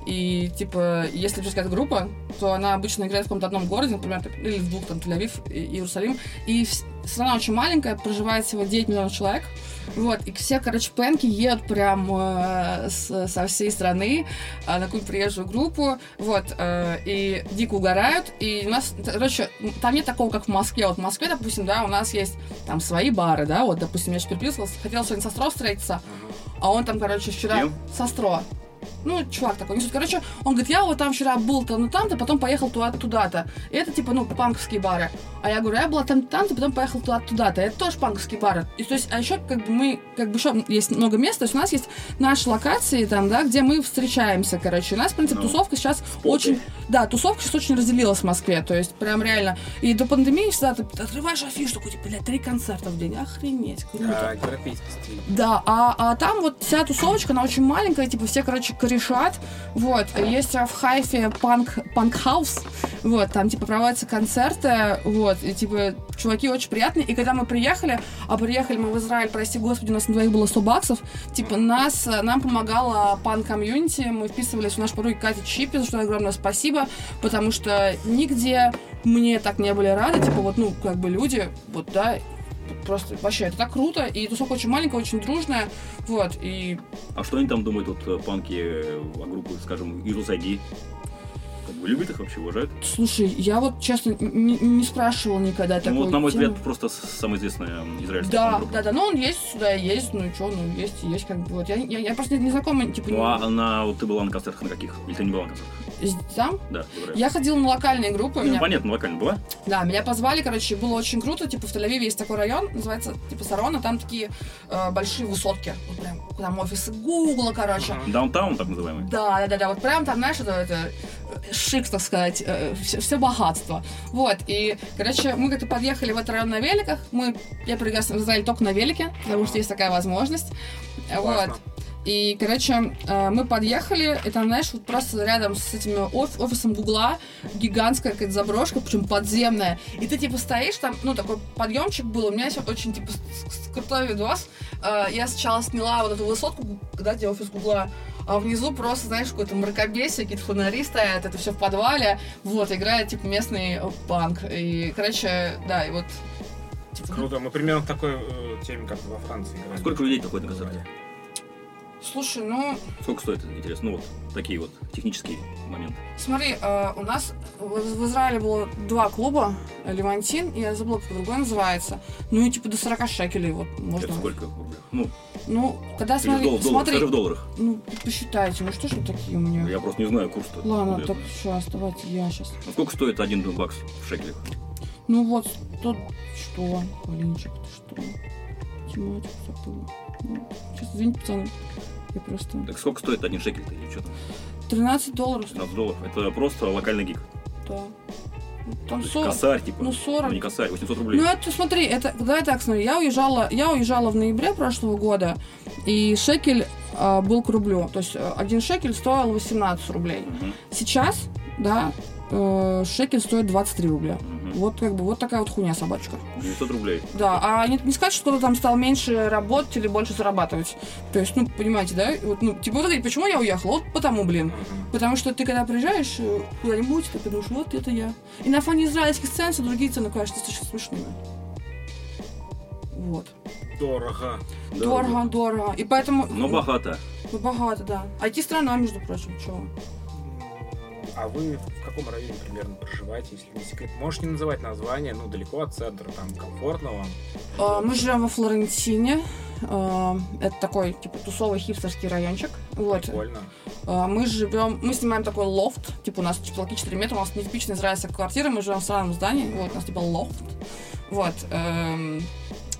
И, типа, если взять группа, то она обычно играет в каком-то одном городе, например, там, или в двух, там, Тель-Авив и Иерусалим. И вс- страна очень маленькая, проживает всего 9 миллионов человек. Вот, и все, короче, пенки едут прям э, с- со всей страны э, на какую-то приезжую группу, вот, э, и дико угорают, и у нас, т- короче, м, там нет такого, как в Москве, вот в Москве, допустим, да, у нас есть там свои бары, да, вот, допустим, я же переписывалась, хотела сегодня со Стро встретиться, а он там, короче, вчера...
Кем?
Со Стро. Ну, чувак такой, несет. Короче, он говорит, я вот там вчера был там и там-то, потом поехал туда- туда-то. И это, типа, ну, панковские бары. А я говорю, я была там там-то, потом поехал туда туда-то. Это тоже панковские бары. И, то есть, а еще, как бы, мы, как бы, еще есть много мест. То есть, у нас есть наши локации там, да, где мы встречаемся, короче. У нас, в принципе,
Ну,
тусовка сейчас
попой.
очень... Да, тусовка сейчас очень разделилась в Москве. То есть, прям реально. И до пандемии всегда ты отрываешь афишу, такой, типа, блядь, три концерта в день. Охренеть, круто.
А, европейский стиль.
Да, а, а там вот вся тусовочка, она очень маленькая, типа все, короче, корешат. Вот, есть а, в Хайфе панк, панк-хаус, вот, там, типа, проводятся концерты, вот, и, типа, чуваки очень приятные. И когда мы приехали, а приехали мы в Израиль, прости господи, у нас на двоих было 100 баксов, типа, нас, э, нам помогала пан-комьюнити, мы вписывались в наш подруги Катя Чипи, за что огромное спасибо, потому что нигде мне так не были рады, типа, вот, ну, как бы люди, вот, да, просто вообще это так круто, и тусовка очень маленькая, очень дружная, вот, и
А что они там думают, вот э, панки э, о группе, скажем, Ирус Айди? Как бы любят их вообще, Ну, уважают?
слушай, я вот честно н- не, не спрашивала никогда
Ну,
такой
вот, на мой
темы.
взгляд, просто с- самая известная э, израильская
Да,
панк-группа.
да, да, ну он есть сюда, есть, ну и что, ну есть, и есть, как бы, вот, я, я, я просто не, не знакома, типа,
Ну,
не-
а на, вот ты была на концертах на каких? Или ты не была на концертах?
с- там,
Да, в Израиле.
я ходила на локальные группы,
Ну,
меня,
понятно, локально была.
да, меня позвали, короче, было очень круто, типа, в Тель-Авиве есть такой район, называется, типа, Сарона, там такие э, большие высотки, вот прям, там офисы Гугла, короче,
Мгм.
Даунтаун, так называемый.
Да, да, да, да, вот прям там, знаешь, это, это, э, шик, так сказать, э, все, все богатство. Вот, и, короче, мы как-то подъехали в этот район на великах, мы, я прекрасно в Израиль только на велике, потому что есть такая возможность. Э,
Классно.
Вот. И, короче, э, мы подъехали, и там, знаешь, вот просто рядом с этим оф- офисом Гугла гигантская какая-то заброшка, причем подземная. И ты, типа, стоишь там, ну, такой подъемчик был, у меня есть очень, типа, с- с- крутой видос. Э, Я сначала сняла вот эту высотку, да, где офис Гугла, а внизу просто, знаешь, какое-то мракобесие, какие-то фонари стоят, это все в подвале, вот, играет, типа, местный банк. И, короче, да, и вот... типа,
Круто. Мы примерно в такой э, теме, как во Франции. играли.
Сколько людей такое на концерте?
Слушай, ну,
Сколько стоит, интересно? Ну, вот такие вот технические моменты.
Смотри, э, у нас в в Израиле было два клуба, э, Левантин, я забыла, как другой называется. Ну и типа до 40 шекелей вот можно.
Это сколько в рублях? Ну,
Ну, когда
или в, дол-
смотри,
в долларах,
смотри,
скажи в долларах.
ну посчитайте, ну что ж вы такие у меня?
Я просто не знаю курс-то.
Ладно,
Интересно.
так сейчас, давайте я сейчас.
А сколько стоит один бакс в шекелях?
Ну вот, тут что, Полинчик, ты что? Тематику забыла. Ну, сейчас, извините, пацаны, я просто...
Так сколько стоит один шекель-то или что там?
13 долларов,
13 долларов. Это просто локальный гиг.
да. Ну, Там
То есть
40.
Косарь, типа.
Ну, 40.
Ну, не косарь, 800 рублей.
Ну, это, смотри, это, давай так, смотри, я уезжала, я уезжала в ноябре прошлого года, и шекель а, был к рублю. То есть э, один шекель стоил 18 рублей.
Мгм,
Сейчас, да, э, шекель стоит 23 рубля.
мгм.
Вот как бы вот такая вот хуйня собачка.
900 рублей.
Да, а не, не сказать, что кто-то там стал меньше работать или больше зарабатывать. То есть, ну, понимаете, да? Вот, ну, типа, вот это, почему я уехала? Вот потому, блин.
Мгм.
Потому что ты, когда приезжаешь э, куда-нибудь, ты подумаешь, вот это я. И на фоне израильских цен все другие цены кажутся достаточно смешными. Вот.
Дорого.
Да,
дорого,
вот.
дорого. И поэтому...
Но богато.
Ну, богато, да. IT-страна, между прочим, чего?
А вы в каком районе примерно проживаете, если не секрет? Можешь не называть название, ну, далеко от центра, там, комфортно вам?
А, Мы живем во Флорентине. А, Это такой, типа, тусовый хипстерский райончик. Вот.
Прикольно.
А, Мы живем, мы снимаем такой лофт, типа у нас потолки 4 метра, у нас не типичная израильская квартира, мы живем в странном здании, вот, у нас типа лофт. Вот, эм,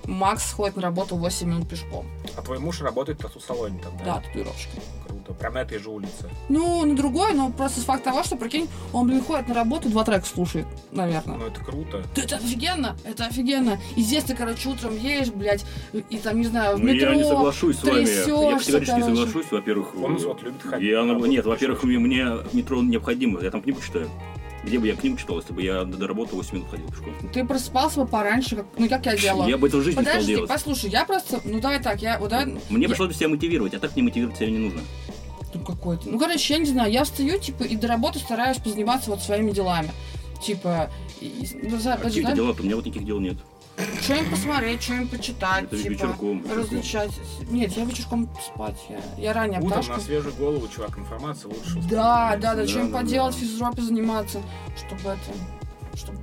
Макс ходит на работу 8 минут пешком,
А твой муж работает в тату-салоне там,
да,
да?
татуировщик.
Круто. Прям на этой же улице.
Ну, на другой, но просто факт того, что, прикинь, он, блин, ходит на работу, два трека слушает, наверное.
Ну, это круто.
Да Это офигенно, это офигенно. И здесь ты, короче, утром едешь, блядь, и, и там, не знаю, в
Ну, я не
метро.
соглашусь с вами. Я
трясёшься,
категорически не
короче.
соглашусь. Во-первых,
Он
э,
вот любит ходить.
я,
на
на-
работу
нет,
пешком.
во-первых, мне, мне метро необходимо. Я там книгу читаю. Где бы я книгу читал, если бы я до до работы 8 минут ходил пешком?
Ты просыпался бы пораньше, как, ну, как я делала.
Я бы это в жизни не стал
Подожди,
делать.
послушай, я просто, ну давай так, я, вот давай,
Мне
я-
пришлось бы себя мотивировать, а так не мотивировать себя не нужно.
Ну какой-то. Ну, короче, я не знаю, я встаю, типа, и до работы стараюсь позаниматься вот своими делами. Типа, и- и- ну, за-
А
подожди,
какие-то
да?
дела, у меня вот никаких дел нет.
что-нибудь посмотреть, что-нибудь почитать,
Это
типа,
вечерком, вечерком.
различать. Нет, я вечерком спать, я, я ранняя
Утром
пташка.
на свежую голову, чувак, информация лучше.
Да, да, да,
Да,
чем
да,
поделать,
да.
физропе заниматься, чтобы это... Чтобы...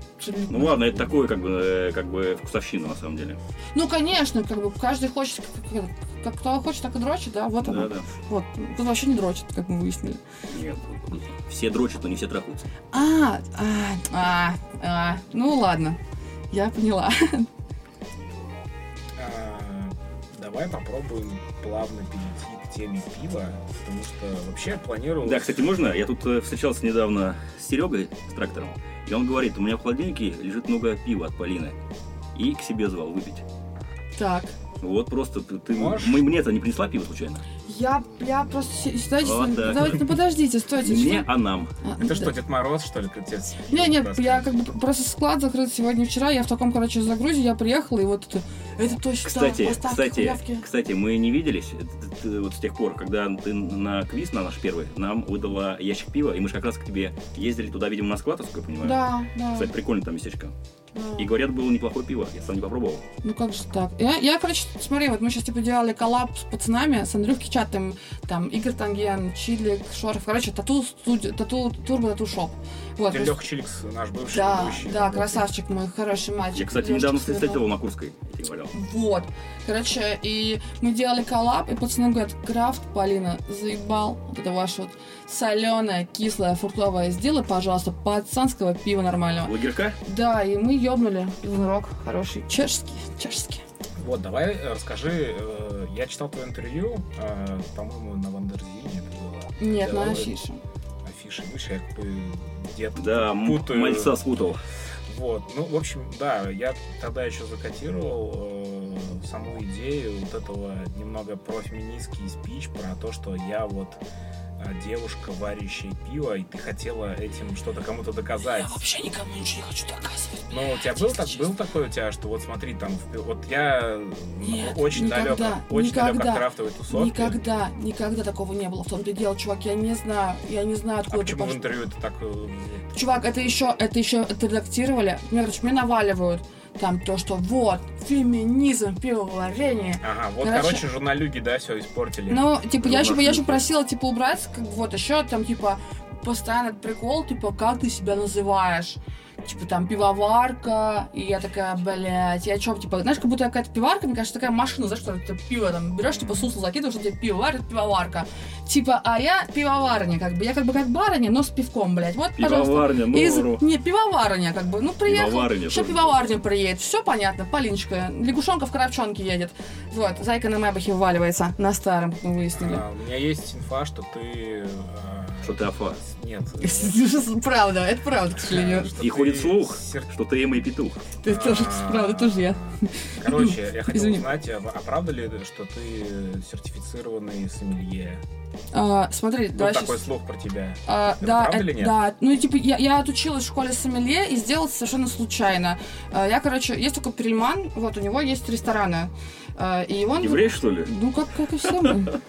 Ну ладно, это такое, как бы, э, как бы вкусовщина, на самом деле.
Ну, конечно, как бы каждый хочет, как- как, как кто хочет, так и дрочит, да, вот оно.
Да-да.
Вот, тут вообще не дрочит, как мы выяснили.
Нет, все дрочат, но не все трахаются.
А, а, а, а, ну ладно, я поняла.
А, Давай попробуем плавно перейти к теме пива, потому что вообще я планировал...
Да, кстати, можно? Я тут э, встречался недавно с Серегой, с трактором, и он говорит, у меня в холодильнике лежит много пива от Полины. И к себе звал выпить.
Так,
Вот просто ты, ты-
Можешь?
мы, мне-то не принесла пиво случайно?
я, я просто... си- Стойте,
Вот так.
давайте, ну подождите, стойте.
Не мне, а нам.
А,
Это что,
да.
Дед Мороз, что ли, ты
Не, нет, я как бы просто склад закрыт сегодня и вчера, я в таком, короче, загрузе, я приехала, и вот это, это точно,
Кстати,
поставки,
кстати,
халявки.
кстати, мы не виделись э, т- т- вот с тех пор, когда ты на квиз на наш первый нам выдала ящик пива, и мы же как раз к тебе ездили туда, видимо, на склад, насколько я понимаю.
Да, да,
Кстати, прикольно там местечко.
да.
И говорят, было неплохое пиво, я сам не попробовал.
Ну как же так? Я, я, короче, смотри, вот мы сейчас типа делали коллаб с пацанами, с Андрюхи Чатым, там Игорь Танген, Чилик, Шоров, короче, тату студия, тату турбо тату шоп. Вот. то есть-
Леха Чиликс, наш бывший
Да,
ведущий.
да, красавчик мой, хороший мальчик.
Я, кстати,
Девушка
недавно
свела.
встретил его на Курской, я тебе говорил.
Вот. Короче, и мы делали коллаб, и пацаны говорят, крафт, Полина, заебал. Вот это ваше вот соленое, кислое, фруктовое сделай, пожалуйста, пацанского пива нормального.
Лагерка?
Да, и мы ёбнули. Пивнорок хороший. Чешский, чешский.
Вот, давай э, расскажи, э, я читал твое интервью, э, по-моему, на Вандерзине это было,
Нет,
Да,
на
вы-
афише.
афиши, ну, я как бы где-то
Да, м-
путаю.
мальца спутал.
Вот, ну, в общем, да, я тогда еще закодировал э, саму идею вот этого немного профеминистский спич про то, что я вот э, девушка, варящая пиво, и ты хотела этим что-то кому-то доказать.
Я вообще никому ничего не хочу доказывать.
Ну, у тебя был, так, был такой у тебя, что вот смотри, там, в пи- вот я
Нет,
ну, очень
никогда,
далек, от- очень далек
никогда,
от крафтовой тусовки.
Никогда, никогда такого не было. В том-то и дело, чувак, я не знаю, я не знаю,
А
откуда это
почему в
пошло.
интервью это так... э,
Чувак, это еще, это еще отредактировали. Мне, короче, мне наваливают там то, что вот, феминизм, пивоварение.
Ага, вот,
Короче.
короче, журналюги, да, все испортили. А,
Ну, типа, я еще, я еще
Ужасненько.
просила, типа, убрать, как бы, вот, еще там, типа, постоянно этот прикол, типа, как ты себя называешь? Типа, там, пивоварка, и я такая, блядь, я чё, типа, знаешь, как будто я какая-то пиварка, мне кажется, такая машина, знаешь, что ты пиво там берешь, типа, сусло закидываешь, что тебе пиво варит, пивоварка. Типа, а я пивоварня, как бы, я как бы как барыня, но с пивком, блядь, вот, пожалуйста.
Пивоварня, ну,
Из...
ру.
Не, пивоварня, как бы. Ну, приехал.
Пивоварня
Еще
тоже.
пивоварня приедет. Все понятно. Полиночка. Лягушонка в коробчонке едет. Вот. Зайка на мэбахе вываливается. На старом, как мы выяснили.
А, у меня есть инфа, что ты э,
что ты афа.
Нет. э,
Правда, это правда, к сожалению.
Что
И
ты
ходит слух,
сер-
что ты и петух.
Это тоже,
А.
правда, тоже я.
Короче, я хотел
Извини.
узнать, а, а правда ли, это, что ты сертифицированный сомелье?
А, Смотри,
Был
давай
Ну, такой
щас-
слух про тебя.
А,
Это
да,
правда
э,
или нет?
да, ну и типа я, я отучилась в школе сомелье и сделала совершенно случайно. А, Я, короче, есть только Перельман, вот у него есть рестораны, А, и он
Еврей, что ли?
Ну, как, как и все мы.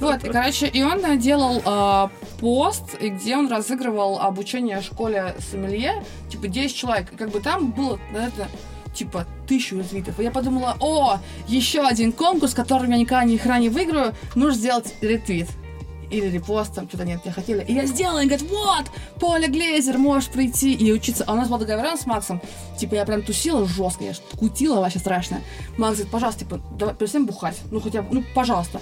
Вот, и, короче, и он э, делал э, пост, и где он разыгрывал обучение в школе сомелье, типа 10 человек. И как бы там было, наверное, типа тысячу ретвитов. И я подумала, о, еще один конкурс, который я никогда ни хрена не выиграю, нужно сделать ретвит. Или репост, там что-то нет, я хотела. И я сделала, и говорит, вот, Поля Глейзер, можешь прийти и учиться. А у нас был договор с Максом. Типа, я прям тусила жестко, я ж кутила вообще страшно. Макс говорит, пожалуйста, типа, давай перестань бухать. Ну, хотя бы, ну, пожалуйста.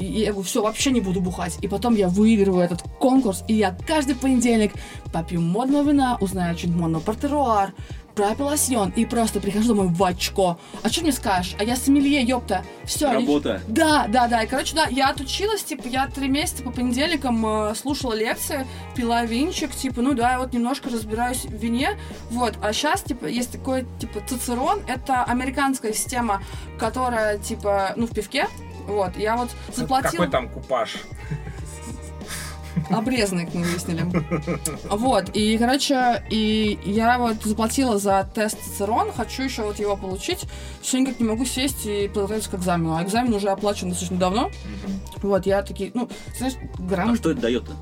И я говорю, все, вообще не буду бухать. И потом я выигрываю этот конкурс, и я каждый понедельник попью модного вина, узнаю что-нибудь модного про теруар, про пилосьон, и просто прихожу домой в очко. А что мне скажешь? А я сомелье, ёпта. Все,
Работа.
да, да, да. И, короче, да, я отучилась, типа, я три месяца по понедельникам э, слушала лекции, пила винчик, типа, ну да, я вот немножко разбираюсь в вине, вот. А сейчас, типа, есть такой, типа, цицерон, это американская система, которая, типа, ну, в пивке, вот. Я вот заплатила...
Какой там купаж?
Обрезанный, как мы выяснили. Вот, и, короче, и я вот заплатила за тест Цицерон, хочу еще вот его получить, все никак не могу сесть и подготовиться к экзамену. А экзамен уже оплачен достаточно давно,
Мгм.
вот, я такие, ну, знаешь,
А
грамм...
что это дает-то?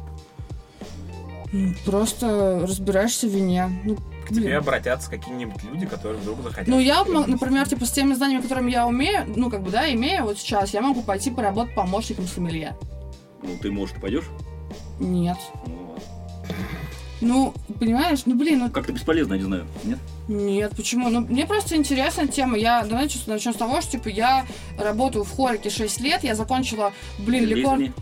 Ну, Просто разбираешься в вине. Ну, блин.
Тебе обратятся какие-нибудь люди, которые вдруг захотят.
Ну, я, м- например, типа, с теми знаниями, которыми я умею, ну, как бы, да, имею вот сейчас, я могу пойти поработать помощником сомелье.
Ну, ты, может, пойдешь?
Нет.
Ну, ладно.
Ну, понимаешь, ну, блин, ну,
Как-то бесполезно, я не знаю. Нет?
Нет, почему? Ну, мне просто интересная тема. Я, давайте начнем с того, что, типа, я работаю в Хорике 6 лет, я закончила, блин,
Или
ликор...
они?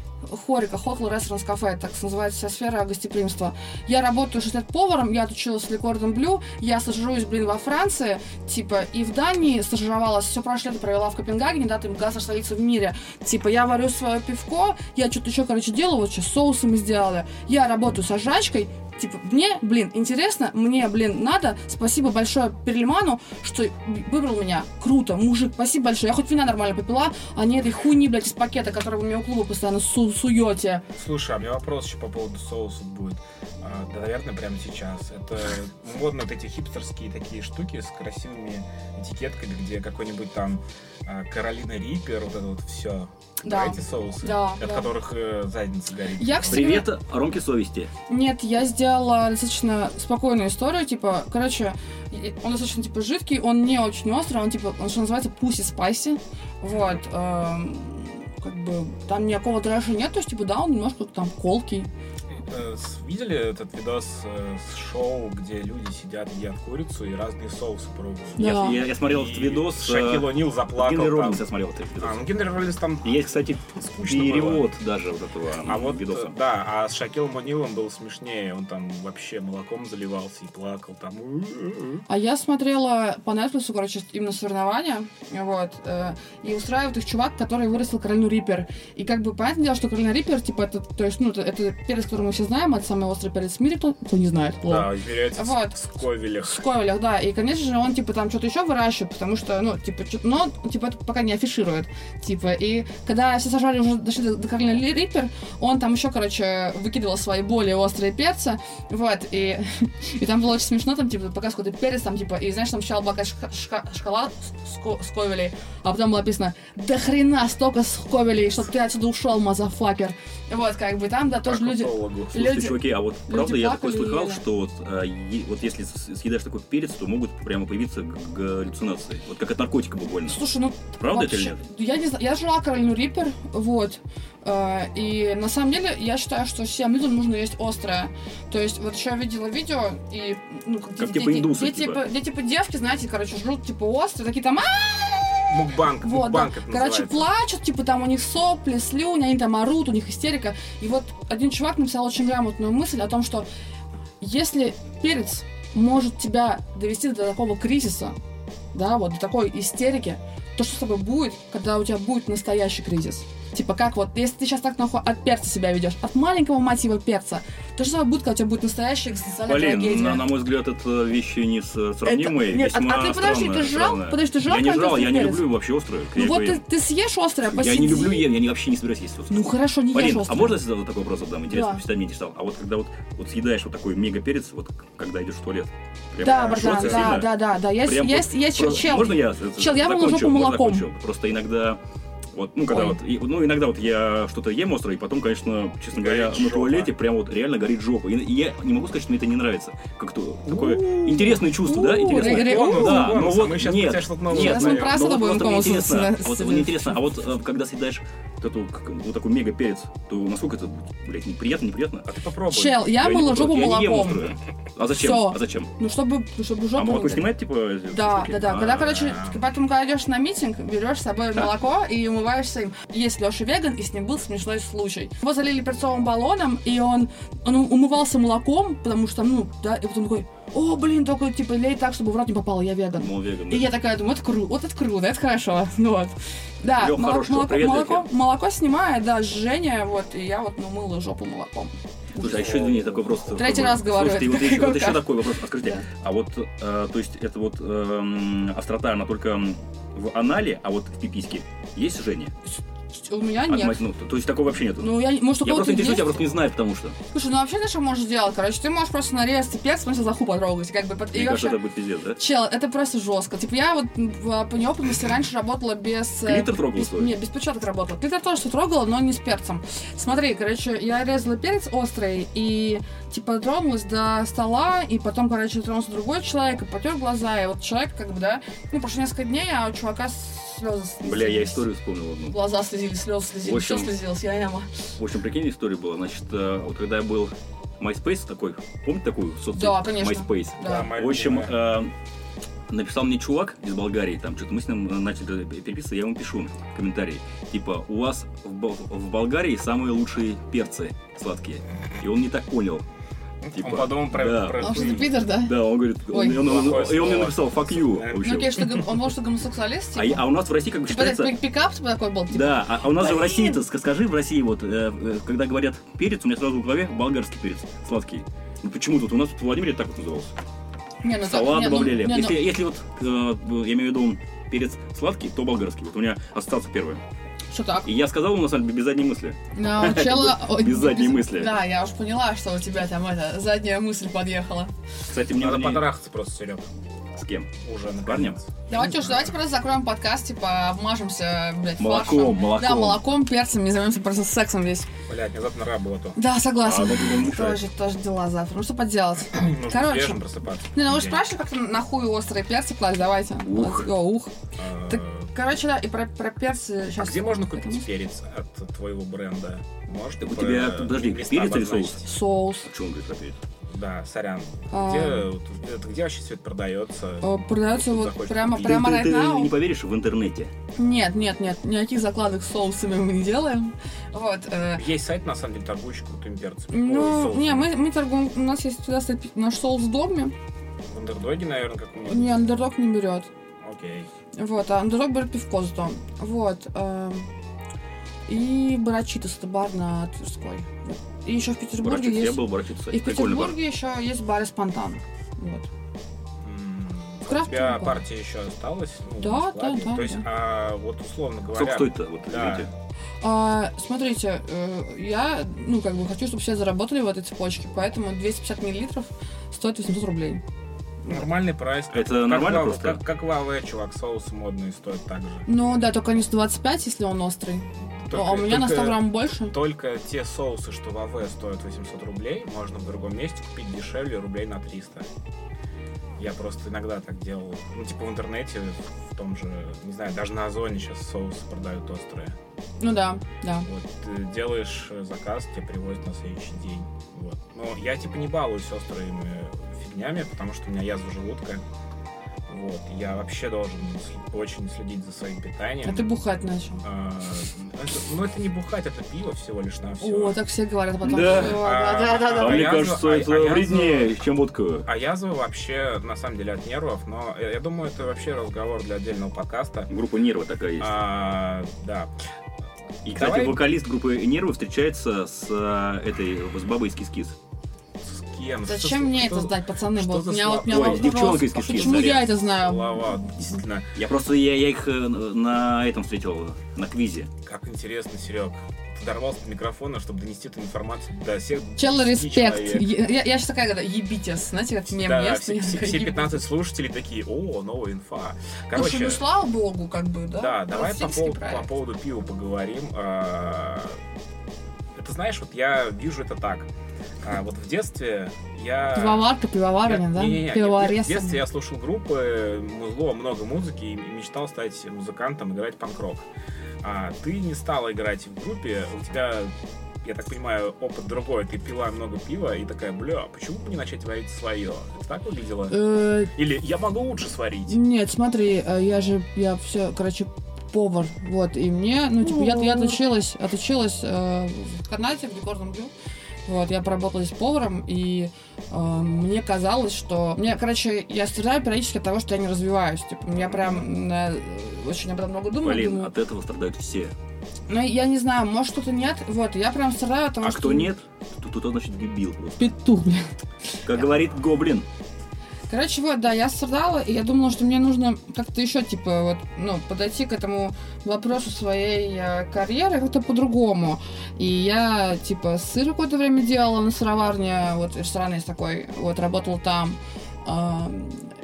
Хорика, Хотл Ресторан Кафе, так называется вся сфера гостеприимства. Я работаю 60 поваром, я отучилась в Ликордом Блю, я стажируюсь, блин, во Франции, типа, и в Дании стажировалась, все прошлое лето провела в Копенгагене, да, там газ столица в мире. Типа, я варю свое пивко, я что-то еще, короче, делаю, вот сейчас соусы мы сделали, я работаю с жрачкой, Типа, мне, блин, интересно, мне, блин, надо. Спасибо большое Перельману, что выбрал меня. Круто, мужик, спасибо большое. Я хоть вина нормально попила, а не этой хуйни, блядь, из пакета, который вы мне у клуба постоянно су- суете.
Слушай, а у меня вопрос еще по поводу соусов будет. А, да, наверное, прямо сейчас. Это модно вот эти хипстерские такие штуки с красивыми этикетками, где какой-нибудь там а, Каролина Риппер, вот это вот все.
Да.
Эти соусы,
Да,
от
да.
которых э, задница горит.
Я, кстати,
Привет, Ромки совести.
Нет, я сделала достаточно спокойную историю, типа, короче, и- он достаточно, типа, жидкий, он не очень острый, он, типа, он, что называется, пуси спайси, вот, эм, как бы, там никакого трэша нет, то есть, типа, да, он немножко там колкий,
Э, с- Видели этот видос э, с шоу, где люди сидят, едят курицу и разные соусы пробуют?
Я-
Да.
Я, я смотрел
И
этот видос.
Шакил
э,
О'Нил заплакал.
Генри
там.
Романс я смотрел этот видос.
А, ну Генри Роллинс там...
Есть, кстати,
Скучно
перевод даже вот этого м,
А вот,
видоса.
э, да, а с Шакилом О'Нилом был смешнее. Он там вообще молоком заливался и плакал там.
А я смотрела по Netflix, короче, именно соревнования, вот, э, и устраивает их чувак, который вырастил Каролину Риппер. И как бы понятное дело, что Каролина Риппер, типа, это, то есть, ну, это, это перец, который мы все знаем, это самый острый перец в мире, кто, кто не знает. лол.
Да, измеряется
Вот.
в сковелях.
В Скойлях, да. И, конечно же, он, типа, там что-то еще выращивает, потому что, ну, типа, чё- но, типа, это пока не афиширует. Типа, и когда все сажали уже дошли до, до Каролины Ли- Риппер, он там еще, короче, выкидывал свои более острые перцы, вот, и, и там было очень смешно, там, типа, пока какой-то перец, там, типа, и, знаешь, там сначала была какая-то шка- шка- шкала ско- сковелей, а потом было написано, да хрена столько сковелей, что ты отсюда ушел, мазафакер. Вот, как бы, там, да, тоже люди...
Наркологу.
Слушайте,
люди-
чуваки, а вот
люди
правда я такой
плакали и
слыхал,
ели.
что вот, а, е- вот если с- съедаешь такой перец, то могут прямо появиться г- галлюцинации. Вот как от наркотика буквально.
Слушай, ну
Правда это или
Вообще, ну,
нет?
Я не знаю, я жила Каролину Риппер, вот. Э, И на самом деле я считаю, что всем людям нужно есть острое. То есть вот еще я видела видео, и ну, как,
Как
де-
типа
де-
индусы,
де-
типа.
типа, де- типа девки, знаете, короче, жрут типа острые, такие там, а,
Мукбанк,
вот, да.
мукбанк это
Короче,
называется.
плачут, типа там у них сопли, слюни, они там орут, у них истерика. И вот один чувак написал очень грамотную мысль о том, что если перец может тебя довести до такого кризиса, да, вот до такой истерики, то что с тобой будет, когда у тебя будет настоящий кризис? Типа, как вот, если ты сейчас так нахуй от перца себя ведешь, от маленького, мать его, перца, то что за будет, когда у тебя будет настоящая экзистенциальная
Блин,
трагедия?
на, на мой взгляд, это вещи не с- сравнимые.
Это- нет, а-
весьма
а ты подожди,
странная-
ты жрал?
странная.
Подожди, ты жрал
Я не
конфетный
жрал, я не
перец?
люблю вообще острое.
Ну
Я
вот
поем.
ты, ты съешь острое,
Я
посиди.
не люблю ем, я не- вообще не собираюсь есть острое.
Ну хорошо, не ешь
Полин, а
острое.
можно я задам такой вопрос задам? Интересно,
Да.
всегда меня интересовал. А вот когда вот, вот съедаешь вот такой мега перец, вот к- когда идешь в туалет, прям
Да,
жжется
братан, да,
сильно?
да, да, да. Я,
Прям
я-
вот
я чел.
просто- Можно я?
Чел, я
закончу,
выложу по
можно
молоком.
закончу? Просто иногда вот, ну, когда
Ой.
вот, и- ну, иногда вот я что-то ем острое, и потом, конечно, честно
Горит
говоря, на
жопа.
туалете прям вот реально горит жопа. И, и я не могу сказать, что мне это не нравится. Как-то такое интересное чувство, да?
У,
Интересное.
Григорий, у.
да,
бонус,
ну
а
вот
мы щас
нет,
про тебя что-то новое
нет,
Сейчас мы
ну,
узнаем.
про
ну,
Асада
вот
будем
просто мне
бонусы
интересно,
собирать.
а вот, э, мне интересно, а вот э, когда съедаешь вот эту, как, ну, такой мега перец, то насколько это, блядь, неприятно, неприятно?
А ты попробуй.
Чел, я
не
выложу
попробую,
по
я не ем
молоком.
острое. А зачем?
Всё.
А зачем?
Ну, чтобы, ну, чтобы жопу...
А молоко
выгнать.
снимает, типа? эти
Да,
штуки?
да, да. Когда,
А.
короче, поэтому, когда идешь на митинг, берешь с собой молоко и умываешься им. Есть Леша веган, и с ним был смешной случай. Его залили перцовым баллоном, и он, он умывался молоком, потому что, ну, да, и потом такой, о, блин, только, типа, лей так, чтобы в рот не попало, я веган.
Мол, веган.
И
да.
я такая думаю, это круто, вот это круто, это хорошо. Ну Вот. Да,
Лёх,
моло-
хорошего,
молоко,
привет,
молоко,
Лёхе.
молоко снимает, да, Женя, вот, и я вот ну, мыла жопу молоком.
Слушай, а еще, извини, такой вопрос.
Третий раз говорю,
Слушайте, вот,
это
еще, вот
как-то.
еще такой вопрос, а скажите,
Да.
а вот, э, то есть, это вот эм, острота, она только м, в анале, а вот в пипиське есть жжение?
У меня
От
нет.
мать- ну, то- то есть, такого вообще нету?
Ну, я, не- может, у
я
кого-то
просто интересуюсь,
есть?
я просто не знаю, потому что.
Слушай, ну вообще знаешь, что можешь сделать? Короче, ты можешь просто нарезать пипец, в смысле, заху потрогать. Как бы, под- и
Мне кажется,
вообще...
это будет пиздец, да?
Чел, это просто жестко. Типа я вот м, в- по неопытности раньше работала без... э,
Клитор трогал
без-
свой?
Нет, без печаток работала. Клитор тоже что трогала, но не с перцем. Смотри, короче, я резала перец острый и типа дотронулась до стола, и потом, короче, дотронулся другой человек и потер глаза, и вот человек как бы, да, ну, прошло несколько дней, а у чувака слезы слезились.
Бля, я историю вспомнил одну.
Глаза слезились, слезы слезились,
В общем-
все слезилось, я яма.
В общем, прикинь, история была. Значит, э, вот когда я был MySpace такой, помните такую соцсеть?
Да, конечно.
MySpace.
Да,
Да.
моя
В общем,
любимая.
э, написал мне чувак из Болгарии, там что-то мы с ним э, начали переписываться, я ему пишу комментарий. Типа, у вас в, Бол- в Болгарии самые лучшие перцы сладкие. И он не так понял. типа,
Он подумал про...
да.
про-
Потому что ты А пидор, да?
Да, он говорит, он-
Ой.
он- он-
Плохое
и он мне
слово.
написал fuck you.
Ну,
в общем.
Ну, окей, что гом- он может, что гомосексуалист,
а, я- а у нас в России как бы
Типа
считается...
этот пик- пикап типа, такой был, типа,
Да, а, а у нас же в
Блин.
России-то, ска- скажи в России, вот, э, э, когда говорят перец, у меня сразу в голове болгарский перец, сладкий. Ну почему тут? У нас тут в Владимире так вот назывался.
не, ну,
Салат
не, ну,
добавляли.
не, ну,
если, если вот, э, я имею в виду перец сладкий, то болгарский. Вот у меня остался первый.
Что так?
И я сказал на самом деле без задней мысли.
Да, у чела... ой,
Без задней мысли.
Да, я уж поняла, что у тебя там это, задняя мысль подъехала.
Кстати, мне
Надо
уже не-
потрахаться просто, Серег.
С кем? А
Уже на
парнем?
Давайте уж, давайте просто закроем подкаст, типа, обмажемся, блядь,
Молоком,
фаршем.
молоком.
Да, молоком, перцем, не займемся просто сексом весь.
Блять, назад на работу.
Да,
А,
согласна.
ну, ты не мешаешь.
тоже, тоже дела завтра. Ну, что поделать?
Нужно
Короче.
свежим просыпаться.
Не, ну вы же спрашивали, как там на хуй острые перцы класть, давайте.
Ух.
О, ух.
А,
Так, Короче, да, и про, про перцы
А
сейчас...
где можно купить перец от твоего бренда? Может,
У
про-
тебя, подожди,
места
перец или соус?
обозначить?
Соус.
А что он говорит про перец?
Да, сорян.
А.
Где, вот это где вообще все это продается?
Э, Продается
Если
вот
захочешь
прямо,
купить.
А прямо
ты,
right
ты
now.
не поверишь, в интернете.
Нет, нет, нет, никаких закладок с соусами мы не делаем. Вот. э,
Есть сайт, на самом деле, торгующий крутым перцем. Ой,
ну,
соусом.
не, мы, мы торгуем, у нас есть туда стоит наш соус в доме.
В Андердоге, наверное, как-нибудь.
Не, андердог не берет.
Окей.
Вот, а андердог берет пивко с дом. Вот. э, и барачитос, это бар на Тверской. Вот. И еще в Петербурге
Барачит, я
есть...
был барачит,
И
кстати.
в
Прикольный бар.
Петербурге еще есть бары Спонтан. Вот.
М,
В
У тебя
крафтовом
партия еще осталась? ну,
Да,
на складе?
да, да,
То есть,
да.
а, вот условно говоря...
Сколько стоит-то? Вот,
Да.
извините.
А, смотрите, э, я, ну, как бы хочу, чтобы все заработали в этой цепочке, поэтому 250 миллилитров стоит 800 рублей.
Нормальный прайс.
Это
Как
нормально
в-
просто?
Как, как в AW, чувак, соусы модные стоят так же.
Ну да, только не 125, если он острый. а у меня на 100 грамм больше.
Только те соусы, что в АВ стоят 800 рублей, можно в другом месте купить дешевле рублей на 300. Я просто иногда так делал. Ну, типа в интернете, в том же, не знаю, даже на Озоне сейчас соусы продают острые.
Ну да, да.
Вот, ты делаешь э, заказ, тебе привозят на следующий день. Вот. Но я, типа, не балуюсь острыми фигнями, потому что у меня язва желудка. Вот. Я вообще должен сл- очень следить за своим питанием.
А ты бухать начал.
А, это- ну, это не бухать, это пиво всего лишь на все.
О, так все говорят а потом.
Да.
О, Да, да, да,
А
А
да.
мне
я за-
кажется,
а-
это
а я за-
вреднее, чем э, водка.
А язва вообще, на самом деле, от нервов, но я, я думаю, это вообще разговор для отдельного подкаста.
Группа нервы такая есть.
А, да.
И, кстати,
А, Давай.
вокалист группы Нервы встречается с э, этой, с бабой из Кис-Кис.
С кем?
Зачем
Что-
мне
что
это
за
знать, пацаны?
что
Вот
за
у меня
слова?
вот у меня
Ой,
вопрос.
девчонка из Кишки,
Почему
смотри.
я это знаю?
Слова, действительно.
Я просто, я, я их э, на этом встретил, на квизе.
Как интересно, Серег. Ты дорвался до микрофона, чтобы донести эту информацию до всех.
Чел,
10
респект.
человек.
Я, сейчас такая говорю, ебитесь. Знаете, как мем
Да,
есть?
все,
Я
все-
такая,
все
«Ебитесь».
15 слушателей такие, о, новая инфа.
Слушай,
Короче,
ну слава богу, как бы, да?
да, давай по,
Практически
поводу- по
правильно.
поводу пива поговорим. А, Это знаешь, вот я вижу это так. А, Вот в детстве я...
Пивоварка,
Я-
пивоварня, да?
не-не-не, я-
Пивоваренство.
В детстве я слушал группы, музло, много музыки и мечтал стать музыкантом, играть панк-рок. А ты не стала играть в группе, у тебя, я так понимаю, опыт другой. Ты пила много пива и такая, бля, а почему бы не начать варить свое? Это так выглядело?
Э,
Или я могу лучше сварить?
Нет, смотри, э, я же, я все, короче, повар, вот, и мне, ну, типа, я, я отучилась, отучилась э, в Канаде, в Рекордном Бю, вот, я поработала здесь поваром, и э, мне казалось, что... Мне, короче, я страдаю периодически от того, что я не развиваюсь, типа, я прям э, очень об этом много думаю,
Блин, а
думаю.
от этого страдают все.
Ну, я не знаю, может, кто-то нет, вот, я прям страдаю от того,
А
что...
кто нет, то тот, значит, дебил. просто.
Петух, блин.
Как говорит Гоблин.
Короче, вот, да, я страдала, и я думала, что мне нужно как-то еще, типа, вот, ну, подойти к этому вопросу своей э, карьеры как-то по-другому. И я, типа, сыр какое-то время делала на сыроварне, вот, ресторан есть такой, вот, работала там. А,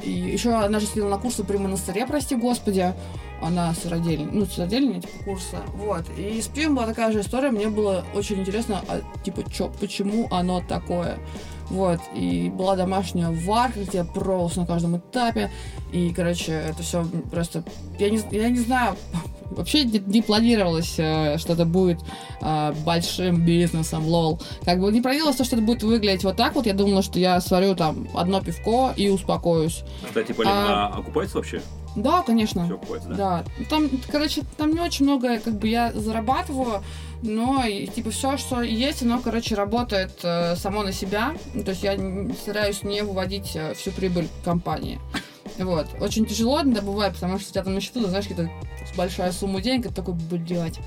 И еще она же сидела на курсе при монастыре, прости господи, она сыродельня, ну, сыродельня, типа, курса, вот. И с пивом была такая же история, мне было очень интересно, а, типа, чё, почему оно такое? Вот, и была домашняя варка, где я пробовалась на каждом этапе. И, короче, это все просто... Я не, я не знаю, вообще не, не планировалось, э, что это будет э, большим бизнесом, лол. Как бы не планировалось то, что это будет выглядеть вот так вот. Я думала, что я сварю там одно пивко и успокоюсь.
Кстати, Полин, а,
А.
окупается вообще?
Да, конечно.
Все окупается, да?
Да, Ну, там, короче, там не очень много, как бы я зарабатываю, но и, типа все, что есть, оно, короче, работает э, само на себя. Ну, То есть я н- стараюсь не выводить э, всю прибыль компании. Вот. Очень тяжело иногда бывает, потому что у тебя там на счету, да, знаешь, какая-то большая сумма денег, и ты такой, блядь,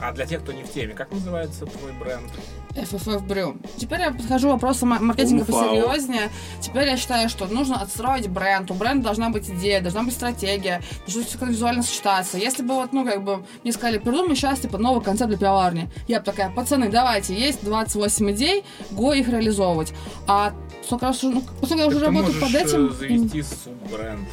А для тех, кто не в теме, как называется твой бренд?
FFF Brew. Теперь я подхожу к вопросу ма- маркетинга
Умфау.
посерьезнее. Теперь я считаю, что нужно отстроить бренд. У бренда должна быть идея, должна быть стратегия, должно все как визуально сочетаться. Если бы вот, ну, как бы, мне сказали, придумай сейчас, типа, новый концепт для пивоварни. Я бы такая, пацаны, давайте, есть 28 идей, го их реализовывать. А сколько раз, ну, поскольку я уже
Ты
работаю
можешь,
под
э,
этим...
завести суббренд.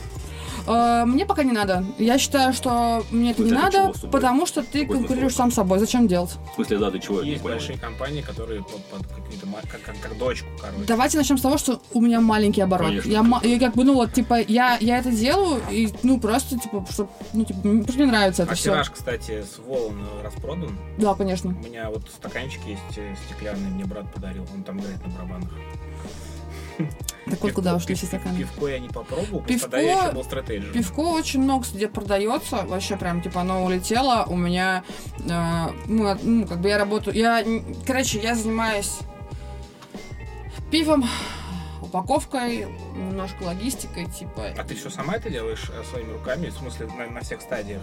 Э, Мне пока не надо. Я считаю, что мне это
Ну,
не
это чего
надо,
особо?
потому что ты
Какой смысл?
конкурируешь сам с собой. Зачем делать?
В смысле, да, ты чего? Я не
Есть
понял.
большие компании, которые под, под какие-то ма- как, как, как дочку, короче.
Давайте начнем с того, что у меня маленький оборот.
Конечно.
Я, ма- я как бы, ну вот, типа, я, я это делаю, и, ну, просто, типа, что, ну, типа, мне просто не нравится это
а
все.
тираж, кстати, с Волн распродан.
Да,
У
конечно.
меня вот стаканчик есть э, стеклянный, мне брат подарил, он там играет на барабанах.
Так вот, куда
Пивко-
ушли
пив-
все стаканы?
Пивко я не попробовал,
Пивко-
пивко... тогда я еще был стратегием.
Пивко очень много где продается, вообще прям, типа, оно улетело, у меня, э, ну, от- ну, как бы я работаю, я, н- короче, я занимаюсь пивом, упаковкой, немножко логистикой, типа.
А ты все сама это делаешь э, своими руками, в смысле на, на всех стадиях?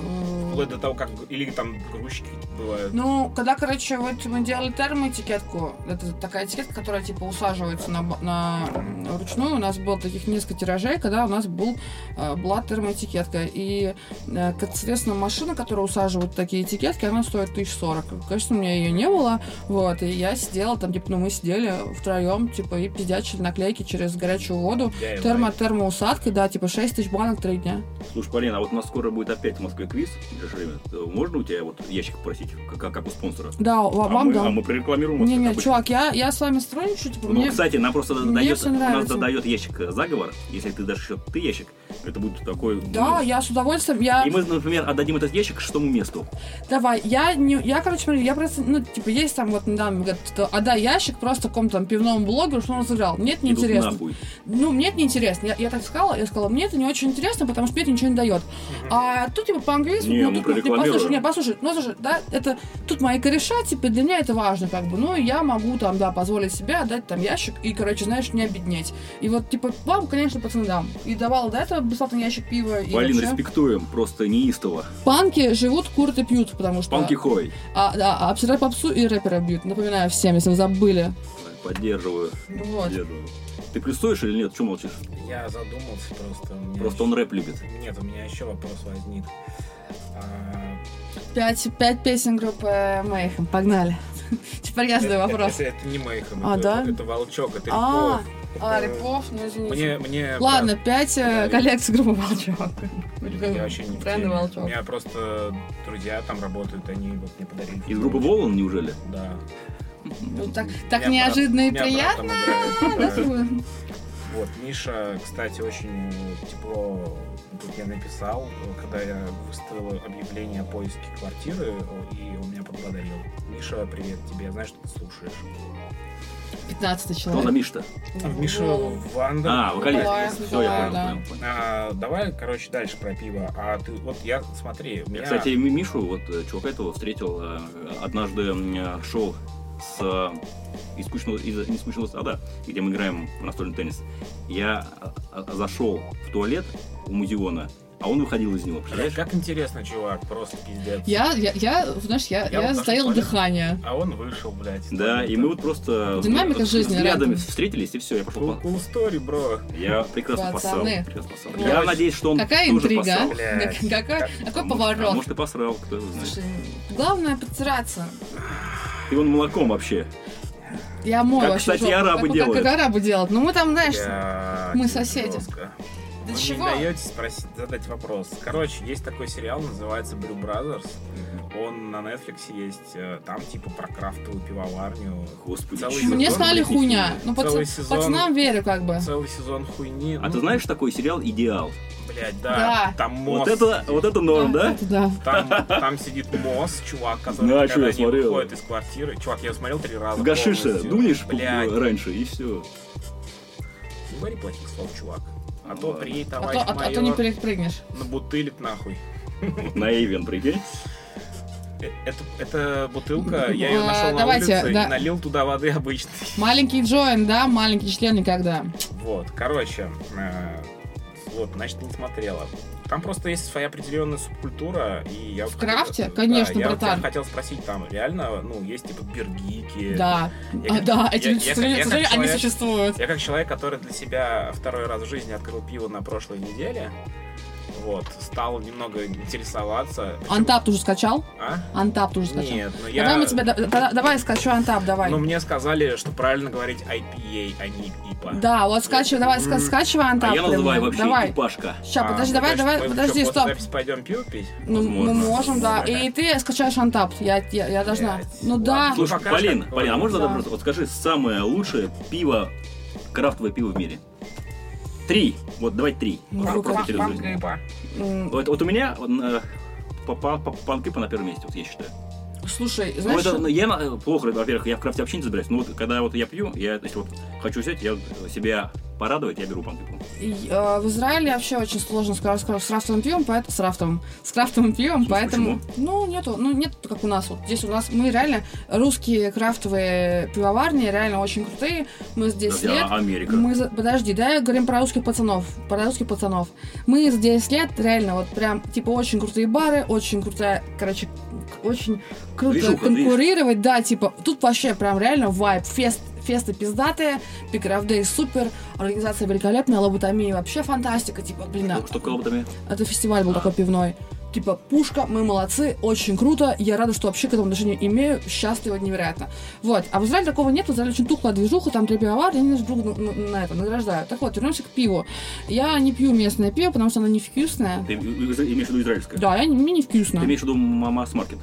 Э,
Вплоть до того, как... г- Или там грузчики бывают.
Ну, когда, короче, вот мы делали термоэтикетку, это такая этикетка, которая, типа, усаживается на, б- на ручную, у нас было таких несколько тиражей, когда у нас был, э, была термоэтикетка. И, э, как, соответственно, машина, которая усаживает такие этикетки, она стоит 1040. Конечно, у меня ее не было, вот, и я сидела там, типа, ну, мы сидели втроем, типа, и пиздячили наклейки через горячую воду,
DIY.
термо-термоусадки, да, типа, 6 тысяч банок три дня.
Слушай, Полин, а вот у нас скоро будет опять в Москве квиз. в ближайшее время. То Можно у тебя вот ящик просить, как, как- как у спонсора?
Да, вам,
а,
вам
мы,
дам.
а мы прорекламируем вас, как
Не-не,
обычно.
чувак, я, я с вами стройничаю, типа,
Ну,
мне...
кстати, нам просто
мне
дает,
всё
у нас
нравится.
дает ящик э, заговор. Если ты дашь еще ты ящик, это будет такой...
Да,
блин.
я с удовольствием. Я
И мы, например, отдадим этот ящик шестому месту.
давай, я не, я короче, говорю, я просто, ну типа есть там вот недавно говорят, что отдай ящик просто какому-то там пивному блогеру, что он разыграл. Мне это не
Идут
интересно.
нахуй.
Ну мне это не интересно. Я, я так сказала, я сказала, мне это не очень интересно, потому что мне это ничего не дает. А тут типа по-английски,
Не,
ну,
мы
тут, ну, ты
прорекламируем.
послушай, не, послушай, ну слушай, да, это тут мои кореша, типа для меня это важно, как бы, ну и я могу там, да, позволить себе отдать там ящик и, короче, знаешь, не обеднеть. И вот типа вам, конечно, пацаны дам. И давала до этого бесплатный ящик пива. и
Полин,
вообще.
респектуем, просто неистово.
Панки живут, курят и пьют, потому что...
Панки хой.
А, да, а обсирают попсу и рэпера бьют. Напоминаю всем, если вы забыли.
Поддерживаю.
Вот.
Следую. Ты плюсуешь или нет? Че молчишь?
Я задумался просто. у меня
Просто он рэп любит.
ещё- Нет, у меня еще вопрос возник. А,
Пять, пять песен группы Mayhem. Погнали. Теперь я задаю
это-
вопрос.
Это, это не Мейхам,
А,
это,
да?
это Волчок, это
А,
Рябков.
А,
Это-
Репов, ну
Мне,
извините.
мне...
Ладно, пять
Да,
э, коллекций группы Волчок.
Я вообще не в
Бренда
теме. У
Волчок.
меня просто друзья там работают, они вот мне подарили.
Из группы Волан, неужели?
Да.
Ну, так так
У меня брат-
неожиданно и
у меня брат
приятно.
там
Да, типа?
играет, да.
здорово.
Вот, Миша, кстати, очень тепло тут я написал, когда я выставил объявление о поиске квартиры, и он меня поблагодарил. Миша, привет тебе, я знаю, что ты слушаешь.
15
Кто за
человек.
Миш-то?
Миша
Во.
Ванда.
А, вокалист.
Николаев,
Все, я
Николаев,
понял,
да.
понял, понял.
А, давай, короче, дальше про пиво. А ты, вот я, смотри, у
Я,
меня...
кстати, Ми- Мишу, вот э, чувака этого встретил э, однажды м, э, шел с э, из, скучного, из нескучного сада, где мы играем в настольный теннис. Я э, э, зашел в туалет у Музиона, а он выходил из него,
Блядь,
представляешь?
как интересно, чувак, просто пиздец.
Я, я, я, знаешь, я,
Я
я,
вот даже
затаила
туалет.
дыхание.
А он вышел, блядь.
Да, и мы вот просто
Динамика
вот
жизни
взглядами
рядом.
встретились, и все, я пошел.
Cool,
по-
cool story, бро.
Я прекрасно посрал.
Пацаны.
прекрасно посрал.
Ой.
Я надеюсь, что он
а Какая
тоже
интрига,
посрал.
а?
Блядь.
Как- какой-
А
Какой
может- А
поворот.
может и посрал, кто его знает.
Слушай, главное подтираться.
И он молоком вообще.
Я мой
Как,
вообще.
кстати,
жопу.
арабы
как,
делают.
Как, как арабы делают. Ну мы там, знаешь,
Блядь,
мы
это
соседи.
жестко.
да
Вы
чего?
не даете спросить, задать вопрос. Короче, есть такой сериал, называется Brew Brothers. Он на Netflix есть. э, Там типа про крафтовую пивоварню.
Господи,
Целый
чё?
Мне
сезон
слали хуйня. Ну пац-
Целый сезон.
пацанам верю как бы.
Целый сезон хуйни.
А ты знаешь такой сериал «Идеал»?
Блять, да.
Да.
Там
Вот
мост.
это, вот это норм, да?
это да.
Там, там сидит Мосс, чувак, который
Знаю, что
когда
я
они
смотрел.
выходят из квартиры. Чувак, я его смотрел три раза.
В гашише
полностью.
дунешь
Блядь,
э, раньше, и все.
не говори плохих слов, чувак. А
Ну
то
ладно.
при
А
товарищ
то, а то- а то
майор
не перепрыгнешь.
набутылит нахуй.
На Эйвен, прикинь?
Э, Это, это бутылка, я ее
А,
нашел на
давайте,
улице
да.
и налил туда воды обычной.
Маленький Джоин, да, маленький член никогда.
Вот, короче, э, вот, значит, не смотрела. Там просто есть своя определенная субкультура, и я...
В
вот
крафте?
хотел-
Конечно,
да, я вот
братан.
тебя хотел спросить, там реально, ну, есть типа бергики.
Да.
Я
А,
как-
да, эти
я-
люди,
я-
к сожалению,
я
к сожалению,
как
они
человек-
существуют.
Я как человек, который для себя второй раз в жизни открыл пиво на прошлой неделе, вот, стал немного интересоваться. Почему-
Антап ты уже скачал?
А?
Антап ты уже скачал. А
Нет, ну я... Ну,
Давай мы тебя, да- да- давай скачу антап, давай.
Но мне сказали, что правильно говорить IPA, а не IPA.
Да, вот скачивай, давай, ска-
М.
скачивай антап.
А я называю
прям,
вообще
Давай.
Ипашка.
Сейчас,
А,
подожди,
ну,
давай,
то есть
давай,
мы
подожди,
что,
стоп.
После записи пойдем пиво пить?
Ну, мы
Возможно.
можем, да.
Возможно.
И ты скачаешь антап. Я, я, я должна.
Блядь.
Ну да.
Ну,
Слушай,
пока
Полин,
что-
Полин, а можно
Да.
вопрос? Вот скажи, самое лучшее пиво, крафтовое пиво в мире? Три. Вот, давай три.
Ну,
Просто
пам-
интересует.
М,
Вот вот у меня он, э, па- па- па- панкипа на первом месте, вот я считаю.
Слушай,
Ну,
знаешь,
это, ну, я э, плохо, во-первых, я в крафте вообще не забираюсь, но вот когда вот я пью, я, если вот хочу взять, я вот себя порадовать, я беру панкипу.
и, э, в Израиле вообще очень сложно с, кра- с кра- с рафтовым пивом, поэтому с рафтовым, с крафтовым пивом,
В смысле,
поэтому ну нету, ну нет, как у нас вот здесь у нас мы реально русские крафтовые пивоварни реально очень крутые, мы здесь
Подожди,
лет
а Америка.
Мы за- Подожди, да, говорим про русских пацанов, про русских пацанов. Мы за 10 лет реально вот прям, типа, очень крутые бары, очень крутая, короче, к- очень круто
Движуха,
конкурировать, да, типа, тут вообще прям реально вайб, фест, фесты пиздатые, пикрафдей супер, организация великолепная, лоботомия вообще фантастика, типа, блин, а-
Э, Что- Что колбами?
это фестиваль был такой пивной. Типа, пушка, мы молодцы, очень круто, я рада, что вообще к этому отношение имею, счастлива невероятно. Вот, а в Израиле такого нет, в Израиле очень тухлая движуха, там три пивоварни, они друг друга на, на- на это награждают. Так вот, вернемся к пиву. Я не пью местное пиво, потому что оно не вкусное.
Ты имеешь в виду израильское?
Да, я, не- мне не
Ты
вкусно.
имеешь в виду мамас маркет?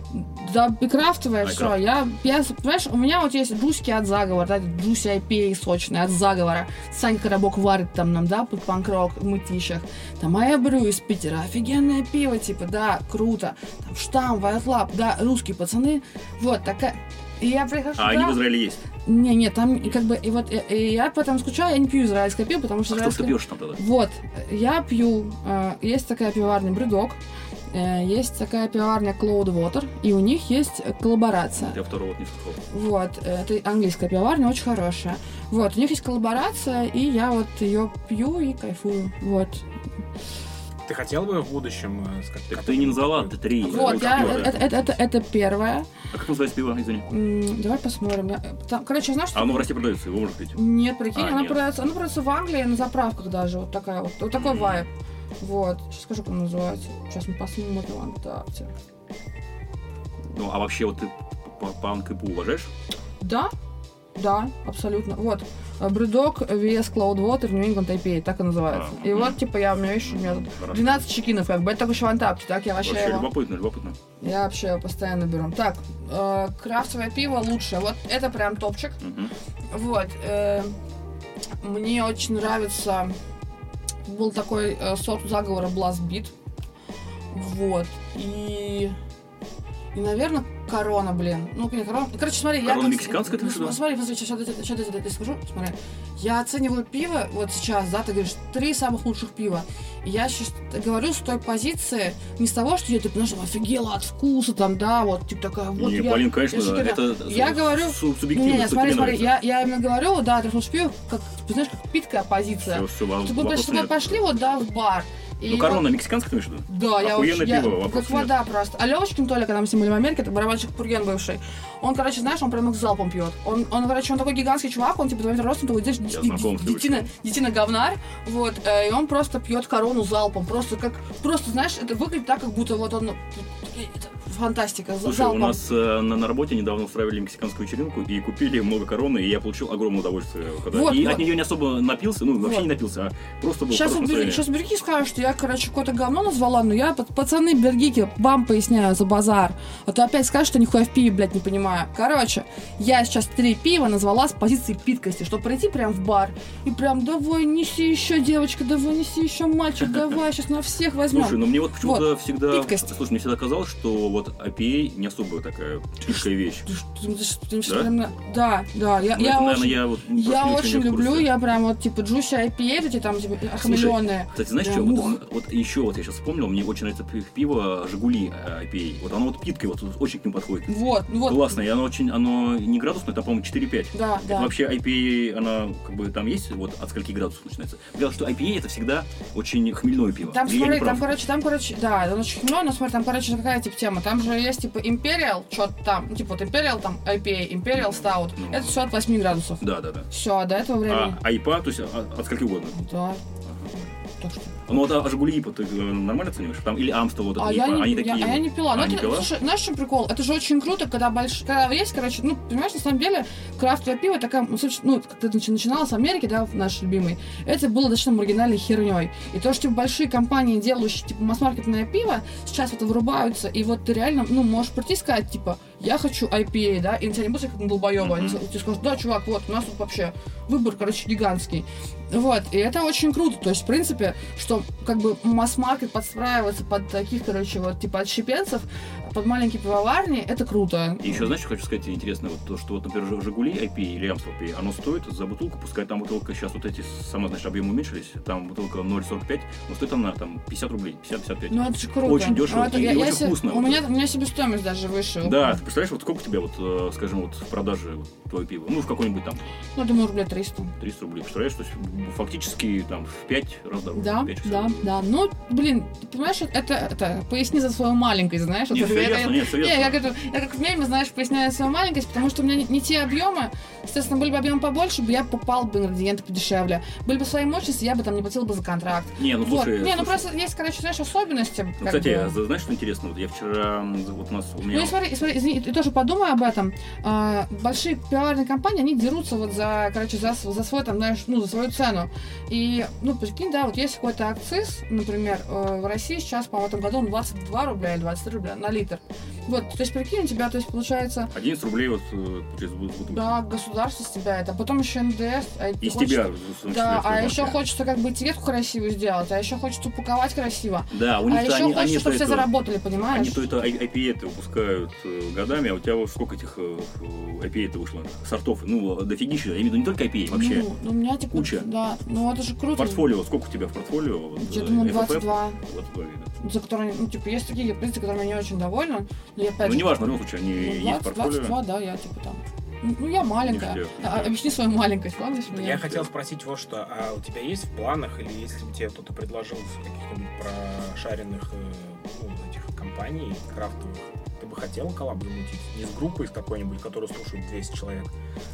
Да, и крафтовое
А, и
все. Я, я, понимаешь, у меня вот есть джуски от заговора, да, джуси IPA сочные от заговора. Санька Коробок варит там нам, да, под панк-рок в мытищах. Там Айя Брю из Питера, офигенное пиво, типа, да, круто. Там Штам, White Lab, да, русские пацаны. Вот, такая... И я прихожу,
А
да.
они в Израиле есть.
Не, не, там и как бы, и вот, и, и я поэтому скучаю, я не пью израильское пиво, потому что
А что ж ты
израильское...
пьешь там тогда?
Вот, я пью, э, есть такая пивоварня Брюдок, э, есть такая пивоварня Cloud Water, и у них есть э, коллаборация.
Я второго вот не слыхал.
Вот, э, это английская пивоварня, очень хорошая. Вот, у них есть коллаборация, и я вот ее пью и кайфую. Вот.
Ты хотел бы в будущем... э, с как-
Так
как
ты
это
не
будет?
назвала три.
Вот, я,
Какое?
это, это, это, это первое.
А как называется пиво, извини?
М, Давай посмотрим. Я- э, там- короче, я знаю, что...
А оно в России продается, его можно пить.
Нет, прикинь,
А,
она,
нет.
продается, она продается в Англии на заправках даже. Вот такая вот. Вот такой
М.
вайб. Вот. Сейчас скажу, как она называется. Сейчас мы посмотрим в Антарте.
Ну, а вообще вот ты п- панк и пу уважаешь?
Да, да, абсолютно. Вот. Брюдок VS Cloud Water New England IPA, так и называется.
А,
И
мгм.
вот, типа, я у меня еще нет.
Хорошо.
12 чекинов, как бы, это только еще в Антапте, так я вообще,
Вообще
его-
любопытно, любопытно.
я вообще его постоянно беру. Так, э, крафтовое пиво лучше, вот это прям топчик.
Мгм.
Вот, э, мне очень нравится, был такой э, сорт заговора Blast Beat. Вот, и, и, наверное, корона, блин. Ну, не корона. Короче, смотри, я...
Корона
как-
мексиканская, ты
ну,
имеешь в виду?
Смотри, посмотри, сейчас я тебе скажу. Смотри, я оцениваю пиво вот сейчас, да, ты говоришь, три самых лучших пива. И Я сейчас говорю с той позиции, не с того, что я, типа, ну, что, офигела от вкуса, там, да, вот, типа, такая, вот
не,
я...
Полин, конечно,
я
да,
считаю,
это
Я
су-
говорю-
су- субъективно.
Не, не,
что
смотри,
тебе
смотри,
нравится.
я, я именно говорю, да, ты слушаешь пиво, как, ты знаешь, как питкая позиция.
Всё, всё, во-
Чтобы мы
вопросов
чтобы мы
нет.
пошли вот, да, в бар. И
Ну,
вот-
корона мексиканская, ты имеешь в виду?
да, я
Охуенное
очень- я-
пиво, вопросов
Как вода просто. А Левочкин Толя, когда мы с ним были в Америке, это барабанщик Пурген бывший, он, короче, знаешь, он прям их залпом пьет. Он, он, короче, он такой гигантский чувак, он типа 2 метра ростом, такой, знаешь, ди- ди-
знаком с
детина,
Левочкиным.
детина говнарь, вот, э, и он просто пьет корону залпом, просто как, просто, знаешь, это выглядит так, как будто вот он, э, это фантастика, за-
Слушай,
залпом.
у нас э, на, на работе недавно устраивали мексиканскую вечеринку и купили много короны, и я получил огромное удовольствие. Когда...
Вот,
и
вот.
от нее не особо напился, ну, вообще
Вот.
не напился, а просто был
Сейчас,
в хорошем настроении.
сейчас береги скажут, что я, короче, какое-то говно назвала, но я, пац- пацаны, берегите, вам поясняю за базар. А то опять скажут, что нихуя в пиве, блядь, не понимаю. Короче, я сейчас три пива назвала с позиции питкости, чтобы пройти прям в бар и прям давай неси еще, девочка, давай неси еще, мальчик, давай, сейчас на всех возьмем.
Слушай, ну мне вот почему-то всегда...
питкость.
Слушай, мне всегда казалось, что вот IPA не особо такая питкая вещь.
Ты ж- ты- ты ж- ты ж
Да?
прям на- да, да, я,
Ну,
я
это,
очень,
наверное, я вот...
я
просто не
очень
в курсе.
люблю, я прям вот типа джуси IPA, эти там типа охмеленные.
Кстати, знаешь,
Да,
что?
ух.
Вот, вот еще вот я сейчас вспомнил, мне очень нравится пи- пиво Жигули э, IPA. Вот оно вот питкое, вот очень к ним подходит.
Вот, ну вот,
Классно, и оно очень, оно не градусное, там, по-моему, 4-5.
да,
Это
да.
Вообще IPA, она как бы там есть, вот от скольки градусов начинается. Дело, что IPA это всегда очень хмельное пиво.
Там,
Или я
смотри,
не прав?
там, короче, там, короче, да, оно очень хмельное, но смотри, там, короче, какая типа тема. Там же есть, типа, Imperial, что-то там, ну, типа, вот Imperial, там, IPA, Imperial Stout.
Ну.
Это все от 8 градусов.
Да, да, да.
Все, до этого времени.
А IPA, то есть а- от скольки угодно.
Да. Так что...
Ну вот а а Жигули IPA ты э, нормально ценишь? Там или Амстел, вот это
А я,
IPA,
не,
они
я-
такие.
а я не пила.
А,
Ну,
не
это-
пила?
слушай, знаешь, в чем прикол? Это же очень круто, когда больш... когда есть, короче, ну, понимаешь, на самом деле, крафтовое пиво, такая, ну, слушай, ну, как ты начи- начинала с Америки, да, наш любимый, это было достаточно маргинальной херней. И то, что типа, большие компании, делающие, типа, масс-маркетное пиво, сейчас в это врубаются, и вот ты реально, ну, можешь прийти и сказать, типа, я хочу IPA, да, и на тебя не будет как на долбоеба, они
Мгм.
тебе скажут, да, чувак, вот, у нас тут вообще выбор, короче, гигантский. Вот, и это очень круто. То есть, в принципе, что как бы масс-маркет подстраивается под таких, короче, вот типа отщепенцев, под маленькие пивоварни, это круто.
И еще, знаешь, что хочу сказать интересно, вот то, что вот, например, Жигули IPA или Амстел IPA, оно стоит за бутылку, пускай там бутылка сейчас, вот эти, сама, знаешь, объемы уменьшились, там бутылка 0,45, но стоит она там 50 рублей, 50-55.
Ну, это же круто.
Очень дешево
Ну, это
и
я- я
очень
се-
вкусно.
У меня, у меня себестоимость даже выше.
Да, ты представляешь, вот сколько у тебя, вот, э, скажем, вот в продаже вот, твое пиво? Ну, в какой-нибудь там
Ну, думаю, рублей 300.
300 рублей, представляешь? То есть ну, фактически там в 5 раз дороже.
Да,
в пять раз
да,
дороже.
да. Ну, блин, ты понимаешь, это, это поясни за свою маленькость, знаешь.
Нет, всё
вот это- ну, это-
ясно, нет, всё
Не,
ясно.
я, говорю, я как в меме, знаешь, поясняю свою маленькость, потому что у меня не, не те объемы. Естественно, были бы объемы побольше, бы я попал бы ингредиенты подешевле. Были бы свои мощности, я бы там не платил бы за контракт.
Не, ну слушай,
вот. Не, ну
слушай.
просто есть, короче, знаешь, особенности.
Ну,
как
кстати,
бы.
а за- знаешь, что интересно? Вот я вчера, м, вот у нас у
Ну
меня...
и смотри, и смотри, извини, ты тоже подумай об этом. А, большие пиарные компании, они дерутся вот за, короче, за, с- за свой там, знаешь, ну, за свою цену. И, ну, прикинь, да, вот есть какой-то акциз, например, э, в России сейчас, по-моему, в этом году он 22 рубля или 23 рубля на литр. Вот, то есть, прикинь, у тебя, то есть, получается,
11 рублей вот э, через бут- бутылку.
да, государство с тебя это, потом еще НДС. а и ты
Из
хочешь-
тебя. в том числе,
Да,
в
а
твоей
еще
марке.
хочется как бы этикетку красивую сделать, а еще хочется упаковать красиво.
Да, у них
А
то
еще
они, они
хочется,
то
чтобы все
это-
заработали, понимаешь?
Они то это I- IPA -то выпускают э, годами, а у тебя вот сколько этих э, э, IPA -то вышло, сортов, ну, дофигища, я имею в виду не только IPA, вообще.
Ну, ну, у меня типа...
куча.
Да, ну это же круто.
Портфолио, сколько у тебя в портфолио? Вот,
Я
э,
думаю,
FFF?
22,
22 вида.
за которые, ну, типа, есть такие гипотезы, которыми я не очень довольна. Но я опять
Ну,
же-
неважно, в любом случае, они
Ну,
есть в
20,
портфолио.
22, да, я типа там. Ну, я маленькая.
Не ждёт, не
А,
ждёт.
Объясни свою маленькость, ладно? что
Я хотел спросить вот что, а у тебя есть в планах, или если бы тебе кто-то предложил с каких-нибудь прошаренных э, ну, этих компаний крафтовых, ты бы хотел коллабы мутить? Не с группой с какой-нибудь, которую слушают 200 человек,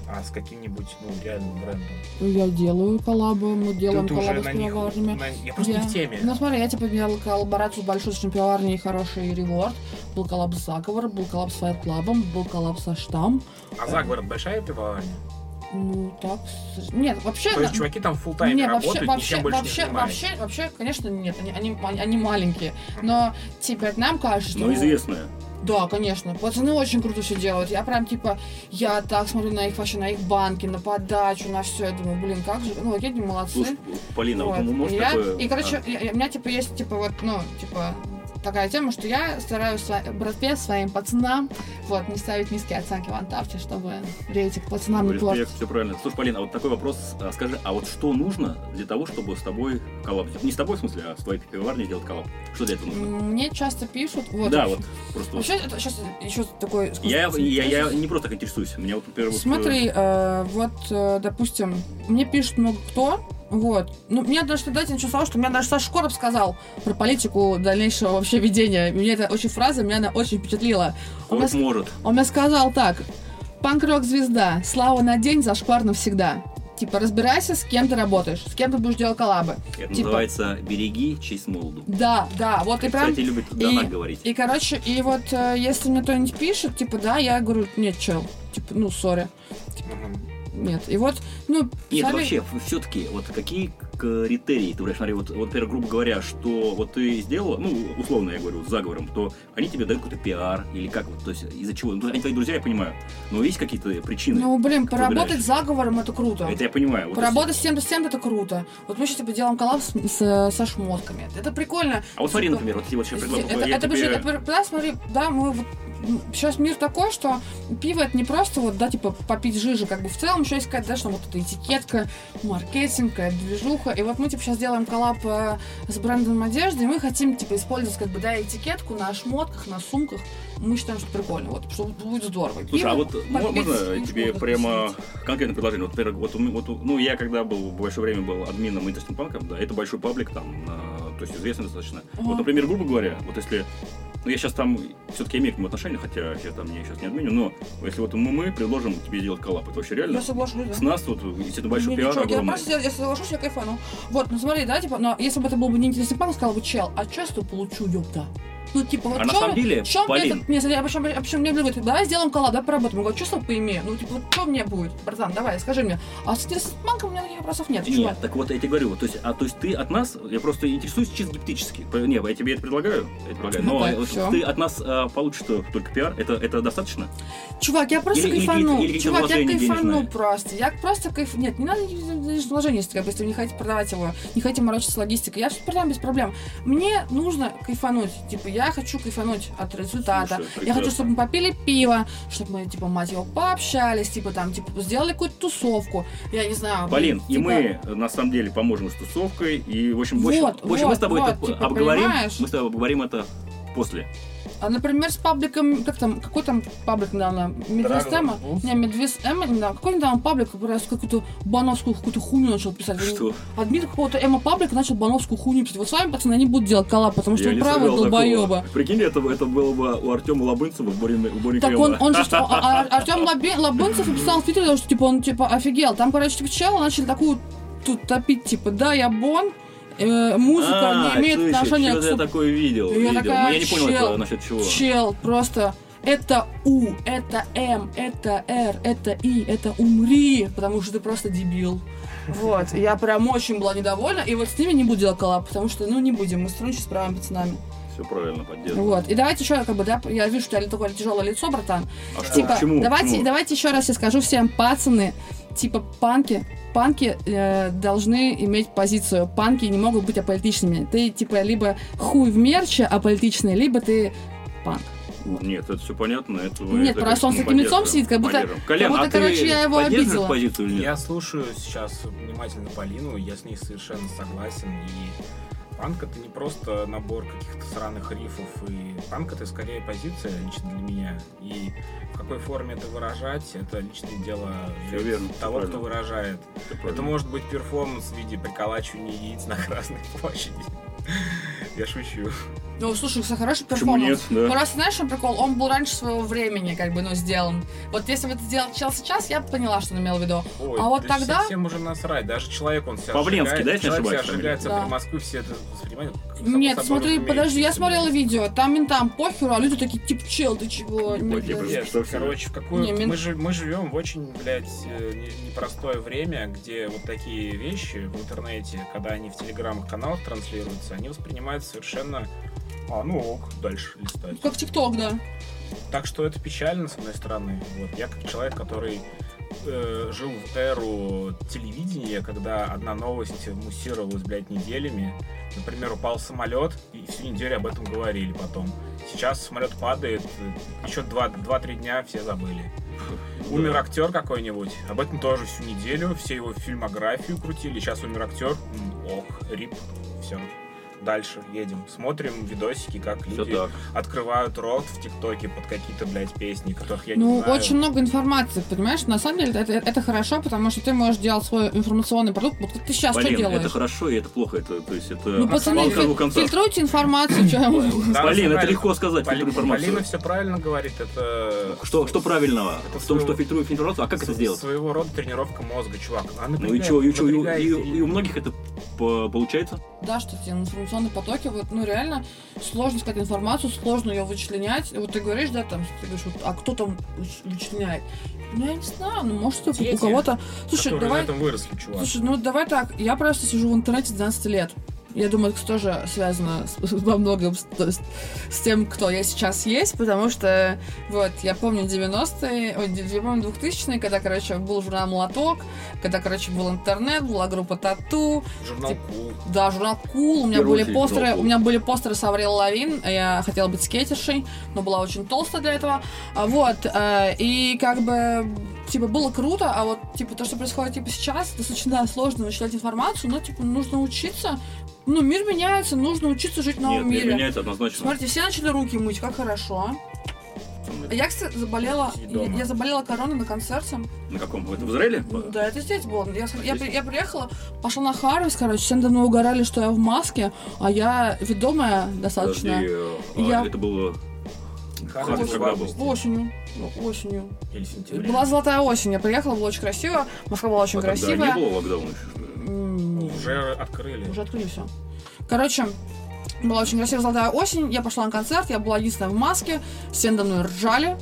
а с каким-нибудь, ну, реальным брендом.
Я делаю коллабы, мы делаем
Ты- ты уже
коллабы с
на них-
пивоварнями.
на- Я просто
Я-
не в теме.
Ну, смотри, я типа делал коллаборацию с большой шампиарней «Хороший реворд», был коллаб с «Заговор», был коллаб с «Файт Клабом», был коллаб со «Штамм».
А за город большая пивоварня?
Ну, так... с- Нет, вообще...
То есть
на-
чуваки там в фулл тайме
Не,
работают, ничем больше
вообще,
не занимаются.
вообще, вообще, конечно, нет, они, они, они- они маленькие, но типа это нам кажется, что
Но Ну, известная.
да, конечно, пацаны очень круто все делают, я прям типа, я так смотрю на их вообще, на их банки, на подачу, на все, я думаю, блин, как же, ну, какие они молодцы.
Слушай, Полина, вот,
Вот.
ну, может
И я-
такое... а?
И, короче, я- я- у меня, типа, есть, типа, вот, ну, типа, такая тема, что я стараюсь сво- братве своим пацанам, вот, не ставить низкие оценки в Антарте, чтобы рейтинг
а,
пацанам не
респект,
портить.
все правильно. Слушай, Полина, а вот такой вопрос. а, Скажи, а вот что нужно для того, чтобы с тобой коллаб сделать? Не с тобой, в смысле, а с твоей пивоварней сделать коллаб? Что для этого нужно?
М, Мне часто пишут, вот,
да,
вообще-
вот, просто вот.
Вообще, Ну, это сейчас еще такой...
Я, я, я не просто так интересуюсь. Меня вот, например, вот, э,
Смотри, э, вот, э, допустим, мне пишет много кто, вот. Ну, мне даже, дайте ничего сказал, что мне даже Саша Короб сказал про политику дальнейшего вообще ведения. Мне эта очень фраза, меня она очень впечатлила. Он
Короб
мне, с-
может.
он мне сказал так. Панк-рок-звезда, слава на день, зашквар навсегда. Типа, разбирайся, с кем ты работаешь, с кем ты будешь делать коллабы.
Это
Типа-
называется «Береги честь молоду».
Да, да, вот и прям...
Кстати, любит
и-
Дана говорить.
И, короче, и вот э, если мне кто-нибудь пишет, типа, да, я говорю, нет, чел, типа, ну, сори,
Мгм.
нет. И вот, ну,
Нет,
сами-
вообще, все-таки, вот какие критерии ты выбираешь? Смотри, вот, вот, например, грубо говоря, что вот ты сделала, ну, условно я говорю, с заговором, то они тебе дают какой-то пиар, или как вот, то есть из-за чего? Ну, они твои друзья, я понимаю, но есть какие-то причины?
Ну, блин, поработать
выбираешь?
с заговором это круто.
Это я понимаю. Вот,
Ну, Поработать с тем-то, с тем-то это круто. Вот мы сейчас типа, делаем коллаб с, с- со шмотками. Это прикольно.
А вот смотри,
Типа,
например, вот если вот сейчас
Здесь-
предлагаю,
Это,
я
это
тебе-
вообще- это- да, смотри, да, мы вот Сейчас мир такой, что пиво это не просто вот, да, типа попить жижи, как бы в целом еще есть какая-то, знаешь, там вот эта этикетка, маркетинг, какая-то движуха. И вот мы, типа, сейчас делаем коллаб э, с брендом одежды, и мы хотим, типа, использовать, как бы, да, этикетку на шмотках, на сумках. Мы считаем, что прикольно, вот, что будет здорово.
Слушай, а
Пиво
вот мо-
попить
можно
и
тебе
шмоток
прямо
носить.
конкретное предложение? Вот, например, вот, у м- вот у- ну, я когда был, в большое время был админом Interesting Punk, да, это большой паблик там, на- то есть известный достаточно. Вот,
Ага.
например, грубо говоря, вот если, ну, я сейчас там все-таки имею к нему отношение, хотя я там не, сейчас не админю, но если вот мы, мы предложим тебе делать коллап, это вообще реально?
Я соглашусь, да.
С нас тут, естественно, большой
Не,
пиар
Ну, ничего, Я
огромный.
просто я, я соглашусь, я кайфану. Вот, ну смотри, да, типа, но если бы это был бы неинтересный панк, сказал бы, чел, а чё я с тобой получу, ёпта? Ну, типа, вот
А на
чё
самом
вы-
деле,
чё мне
Полин,
этот- Не, смотри, я вообще- вообще мне говорит, давай сделаем коллаб, давай поработаем. Я говорю, чувство поимею. Ну, типа, вот что мне будет, братан, давай, скажи мне. А с интересным панком у меня таких вопросов нет. чувак.
Нет, так вот я тебе говорю, вот, то есть, а то есть ты от нас, я просто интересуюсь чисто гиптически. Не, я тебе это предлагаю, я это предлагаю,
Ну
но
так,
вот
всё.
ты от нас а, получишь что, только пиар, это, это достаточно?
Чувак, я просто
Или- или
кайфану.
какие-то- или какие-то
Чувак, я
вложения
кайфану
денежные.
просто. Я просто кайф... Нет, не надо лишь вложения, если как бы, если вы не хотите продавать его, не хотите морочиться с логистикой. Я все продам без проблем. Мне нужно кайфануть. Типа, я хочу кайфануть от результата.
Слушай,
я
прекрасно.
хочу, чтобы мы попили пиво, чтобы мы, типа, мать его, пообщались, типа, там, типа, сделали какую-то тусовку. Я не знаю.
Полин, и
типа,
мы э, на самом деле поможем с тусовкой, и в общем, в общем,
Вот,
в общем, мы с тобой
вот,
это
вот, типа,
обговорим,
понимаешь?
мы с тобой обговорим это после.
А, например, с пабликом, как там, какой там паблик недавно? Медвес
Dragon
Тема?
Booth?
Не, Медвес Эмма недавно. Какой недавно паблик, раз какую-то бановскую какую-то хуйню начал писать.
Что?
Админ какого-то Эма Паблика начал бановскую хуйню писать. Вот с вами, пацаны, они будут делать коллаб, потому что
Я
вы
не
правы,
ожидал такого.
долбоеба.
Прикинь, это, это было бы у Артема Лобынцева в Борин, у Борин
Так
Клёва.
он, он же, что, а- а- Артем Лобе- Лобынцев написал в Твиттере, что типа он типа офигел. Там, короче, типа чела начали такую тут топить, типа, да, я Бон, э, музыка
А,
не имеет
слушай,
отношения
что-то
к
я
суп-
такое видел,
Я
видел.
такая,
Но я не понял,
чел,
это насчет чего.
Чел, просто это У, это М, это Р, это И, это умри, потому что ты просто дебил. Вот, я прям очень была недовольна, и вот с ними не буду делать коллаб, потому что, ну, не будем, мы сотрудничать с правыми пацанами.
Все правильно, поддерживаю.
Вот, и давайте еще, как бы, да, я вижу, что у тебя такое тяжелое лицо, братан,
А что,
Типа,
к чему? к
давайте,
чему?
давайте еще раз я скажу всем, пацаны, типа панки, панки э, должны иметь позицию. Панки не могут быть аполитичными. Ты типа либо хуй в мерче аполитичный, либо ты панк.
Нет, это все понятно. Это,
Нет,
это,
просто он с
конечно,
таким лицом
поддерживаем,
сидит, как будто-
поддерживаем. Колян,
будто,
а ты
короче, я его
поддерживаешь
обидела.
позицию или нет?
Я слушаю сейчас внимательно Полину, я с ней совершенно согласен, и Панк это не просто набор каких-то сраных рифов, и панк это скорее позиция лично для меня. И в какой форме это выражать, это личное дело
Всё верно, всё
того,
правильно.
кто выражает. Это может быть перформанс в виде приколачивания яиц на Красной площади. Я шучу.
Ну, слушай, кстати, хороший
Почему нет,
перформанс. Ну,
да?
раз знаешь, что прикол, он был раньше своего времени, как бы, ну, сделан. Вот если бы это сделал чел сейчас, я бы поняла, что он имел в виду.
Ой,
А вот
да
тогда-
Всем уже насрать. Даже человек, он себя
Павленский,
сжигает,
да, если не
человек
ошибаюсь,
себя сжигает в
фамилия?
центре Москвы, все это воспринимают. как само
Нет,
собой
смотри,
разумеется.
подожди, я смотрела видео, там ментам похеру, а люди такие, типа, чел, ты чего?
Не
Ну,
поди,
да.
блин.
Нет,
Что всё?
короче, в какую...
Не, мин-
мы, же, мы живем в очень, блядь, э, не- непростое время, где вот такие вещи в интернете, когда они в телеграм-каналах транслируются, они воспринимаются совершенно... А, ну ок, дальше листать.
Ну, Как тикток, да.
Так что это печально, с одной стороны. Вот, я как человек, который э, жил в эру телевидения, когда одна новость муссировалась, блядь, неделями. Например, упал самолет, и всю неделю об этом говорили потом. Сейчас самолет падает, э, еще 2-3 дня все забыли. Умер актер какой-нибудь, об этом тоже всю неделю, все его фильмографию крутили. Сейчас умер актер, М, ок, рип, все. Дальше едем, смотрим видосики, как
Все
люди
так.
открывают рот в ТикТоке под какие-то, блядь, песни, которых я
ну,
не знаю.
очень много информации, понимаешь? На самом деле это, это хорошо, потому что ты можешь делать свой информационный продукт. Вот ты сейчас А что
Блин,
делаешь?
это хорошо и это плохо. Это, то есть, это
Ну, пацаны,
палка о
фи-
двух концах.
фильтруйте информацию, что я могу.
Да, на
Полин,
самом
это
деле,
легко сказать,
Поли-
фильтруй информацию.
Полина все правильно говорит, это...
Что, что правильного?
Это
в том, что
своего-
фильтрует информацию, а как это
с-
сделать?
Своего рода тренировка мозга, чувак. Она
Ну и
напрягает-
чё, и чё, и у-
напрягает
и, у-
и-
и у многих это по- получается?
Да, что тебе информационные потоки, вот, ну, реально сложно искать информацию, сложно ее вычленять. И вот ты говоришь, да, там, ты говоришь, вот, а кто там выч- вычленяет? Ну, я не знаю, ну, может, у-
Дети,
у кого-то... Слушай,
которые на
давай,
этом выросли, чувак.
слушай, ну, давай так, я просто сижу в интернете с 12 лет. Я думаю, это тоже связано с- во многом с, то есть с тем, кто я сейчас есть, потому что, вот, я помню 90-е, ой, я помню 2000-е, когда, короче, был журнал «Молоток», когда, короче, был интернет, была группа «Тату»,
Журнал Кул.
да, журнал Кул. У меня
Первую
были
очередь
постеры.
журнал «Кул».
У меня были постеры с Аврил Лавин. Я хотела быть скейтершей, но была очень толстая для этого. А, Вот. э, И как бы типа было круто, а вот типа то, что происходит типа сейчас, достаточно сложно вычислять информацию, но типа нужно учиться. Ну, мир меняется, нужно учиться жить в
Нет,
новом
не
мире.
меняется однозначно.
Смотрите, все начали руки мыть, как хорошо. А Я, кстати, заболела.
Сидеть
Я,
дома.
я заболела короной на концерте.
На каком? Это в Израиле?
Да, это здесь было. Я, я,
здесь?
при- я приехала, пошла на Харвис, короче, все давно угорали, что я в маске, а я ведомая
Подожди,
достаточно.
э, а,
Я-
это было...
Харви
Ой,
в
когда
августе
Осенью. Ну, Осенью.
Или сентябре.
Была золотая осень. Я приехала, было очень красиво. Москва была очень
а тогда не
красивая.
было Ну, локдауна еще, что ли?
М, нет,
Уже открыли.
уже открыли все. Короче, была очень красивая золотая осень. Я пошла на концерт, я была единственная в маске, все надо мной ржали.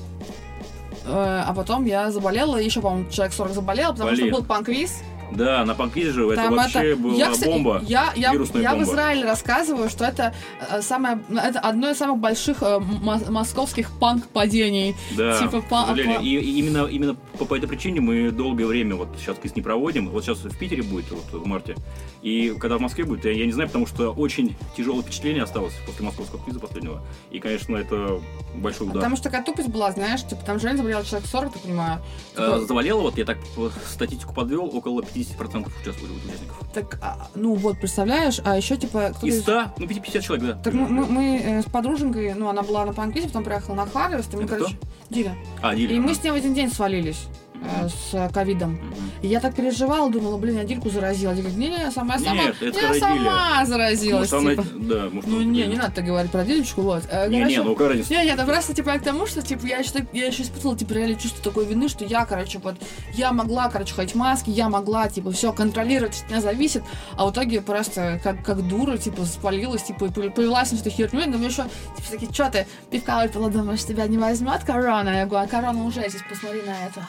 Э, А потом я заболела, еще, по-моему, человек 40 заболел, потому
Блин.
что был панквиз.
Да, на панквизе же это
Там
вообще
это-
была
я, кстати,
бомба.
Я, я,
вирусная
я
бомба.
в Израиле рассказываю, что это, э, самое, это одно из самых больших э, мо- московских панк-падений.
Да,
Типа,
к
па-
сожалению.
па-
И, и именно, именно по, по этой причине мы долгое время вот сейчас не проводим. Вот сейчас в Питере будет вот в марте. И когда в Москве будет, я, я не знаю, потому что очень тяжелое впечатление осталось после московского квиза последнего. И, конечно, это большой удар.
Потому что такая тупость была, знаешь, типа там реально заболел человек 40, ты понимаю.
Э, Завалило, вот я так э, статистику подвел, около 50% участвовали участников.
Так, а, ну вот, представляешь, а еще типа кто-то
Из
из-
100, ну 50 человек, да.
Так мы, мы- мы, э, с подруженькой, ну, она была на панквизе, потом приехала на Харвест, и мы,
Это
короче, Диля.
А, Диля.
И мы с ней в один день свалились э,
Мгм.
с э, ковидом.
Мгм.
И я так переживала, думала, блин, я Дильку заразила. Дилька говорит, не-не, я сама, я сама,
Нет, это
я
скорее
сама заразилась,
Может, она-
типа.
Да, может,
Ну
она-
не, не надо так говорить про Дилечку, вот. Э,
Не, не,
короче,
ну какая разница?
Не, нет, просто типа я к тому, что типа я еще, так- я еще испытывала типа реально чувство такой вины, что я, короче, вот я могла, короче, ходить в маске, я могла, типа, все контролировать, от меня зависит, а в итоге просто как, как дура, типа, спалилась, типа, и пов- повелась на эту херню, и думаю, еще, типа, такие, что ты, пивка выпила, думаешь, тебя не возьмет корона? Я говорю, а корона уже здесь, посмотри на это.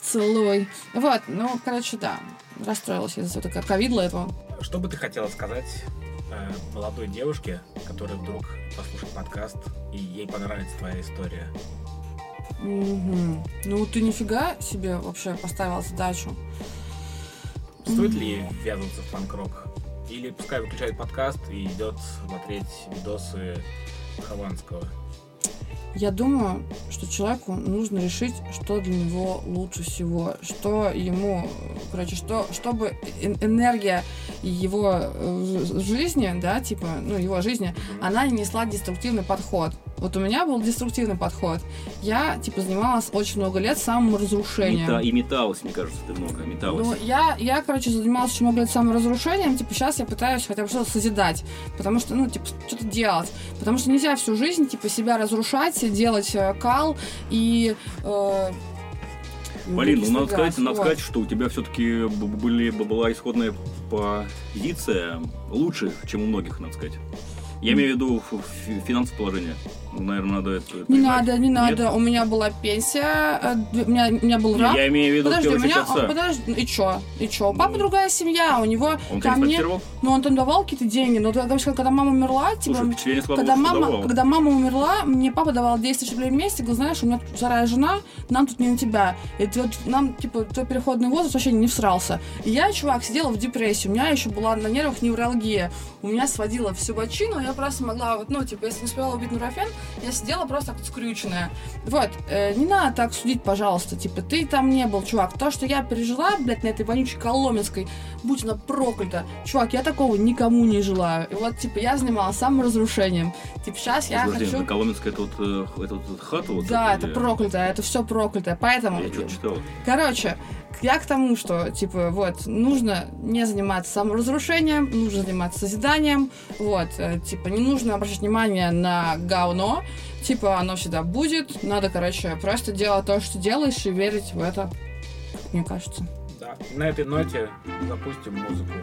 Целуй. Вот, ну, короче, да, расстроилась из-за этого ковидла этого.
Что бы ты хотела сказать э, молодой девушке, которая вдруг послушает подкаст, и ей понравится твоя история?
Мгм. Ну, ты нифига себе вообще поставила задачу.
Стоит ли ввязываться в панк-рок? Или пускай выключает подкаст и идет смотреть видосы Хованского?
Я думаю, что человеку нужно решить, что для него лучше всего, что ему, короче, что, чтобы эн- энергия и его э, ж- жизни, да, типа, ну, его жизни, она не несла деструктивный подход. Вот у меня был деструктивный подход. Я, типа, занималась очень много лет саморазрушением.
Мета- и металась, мне кажется, ты много металась.
Ну, я, я, короче, занималась очень много лет саморазрушением, типа, сейчас я пытаюсь хотя бы что-то созидать, потому что, ну, типа, что-то делать, потому что нельзя всю жизнь, типа, себя разрушать, делать э, кал и... э,
Полин, ну надо
выкислый газ.
сказать, надо
Вот.
сказать, что у тебя все-таки были, б- была исходная позиция лучше, чем у многих, надо сказать. Я имею в виду ф- ф- финансовое положение. Наверное, надо это
Не
признать.
надо, не
Нет?
надо, у меня была пенсия, э, две- у меня, у меня был рак.
Я имею в виду, в
Подожди, у
первую очередь,
меня,
отца.
подожди, ну и чё, и чё? У папы
Ну.
другая семья, у него
Он тебя
ко мне,
эксплуатировал?
ну он там давал какие-то деньги, но тогда, вообще, когда мама умерла, типа,
Слушай, впечатление складывалось,
Когда
что
мама,
давал.
когда мама умерла, мне папа давал 10 тысяч рублей в месяц, говорит, знаешь, у меня тут вторая жена, нам тут не на тебя. И ты вот, нам, типа, твой переходный возраст вообще не всрался. И я, чувак, сидела в депрессии, у меня еще была на нервах невралгия. У меня сводила всю бочину, я просто могла, вот, ну, типа, если не успела убить нурофен, я сидела просто так вот скрюченная. Вот, э, не надо так судить, пожалуйста, типа, ты там не был, чувак. То, что я пережила, блядь, на этой вонючей Коломенской, будь она проклята. Чувак, я такого никому не желаю. И вот, типа, я занималась саморазрушением. Типа, сейчас я
Подожди,
хочу...
на Коломенской это вот, э, х- это вот, эта хата вот
Да,
эта,
это
или-
проклятое, это все проклятое. Поэтому,
Я что-то читал.
короче, я к тому, что, типа, вот, нужно не заниматься саморазрушением, нужно заниматься созиданием, вот, э, типа, не нужно обращать внимание на говно, типа, оно всегда будет, надо, короче, просто делать то, что делаешь, и верить в это, мне кажется.
Да. На этой ноте запустим музыку.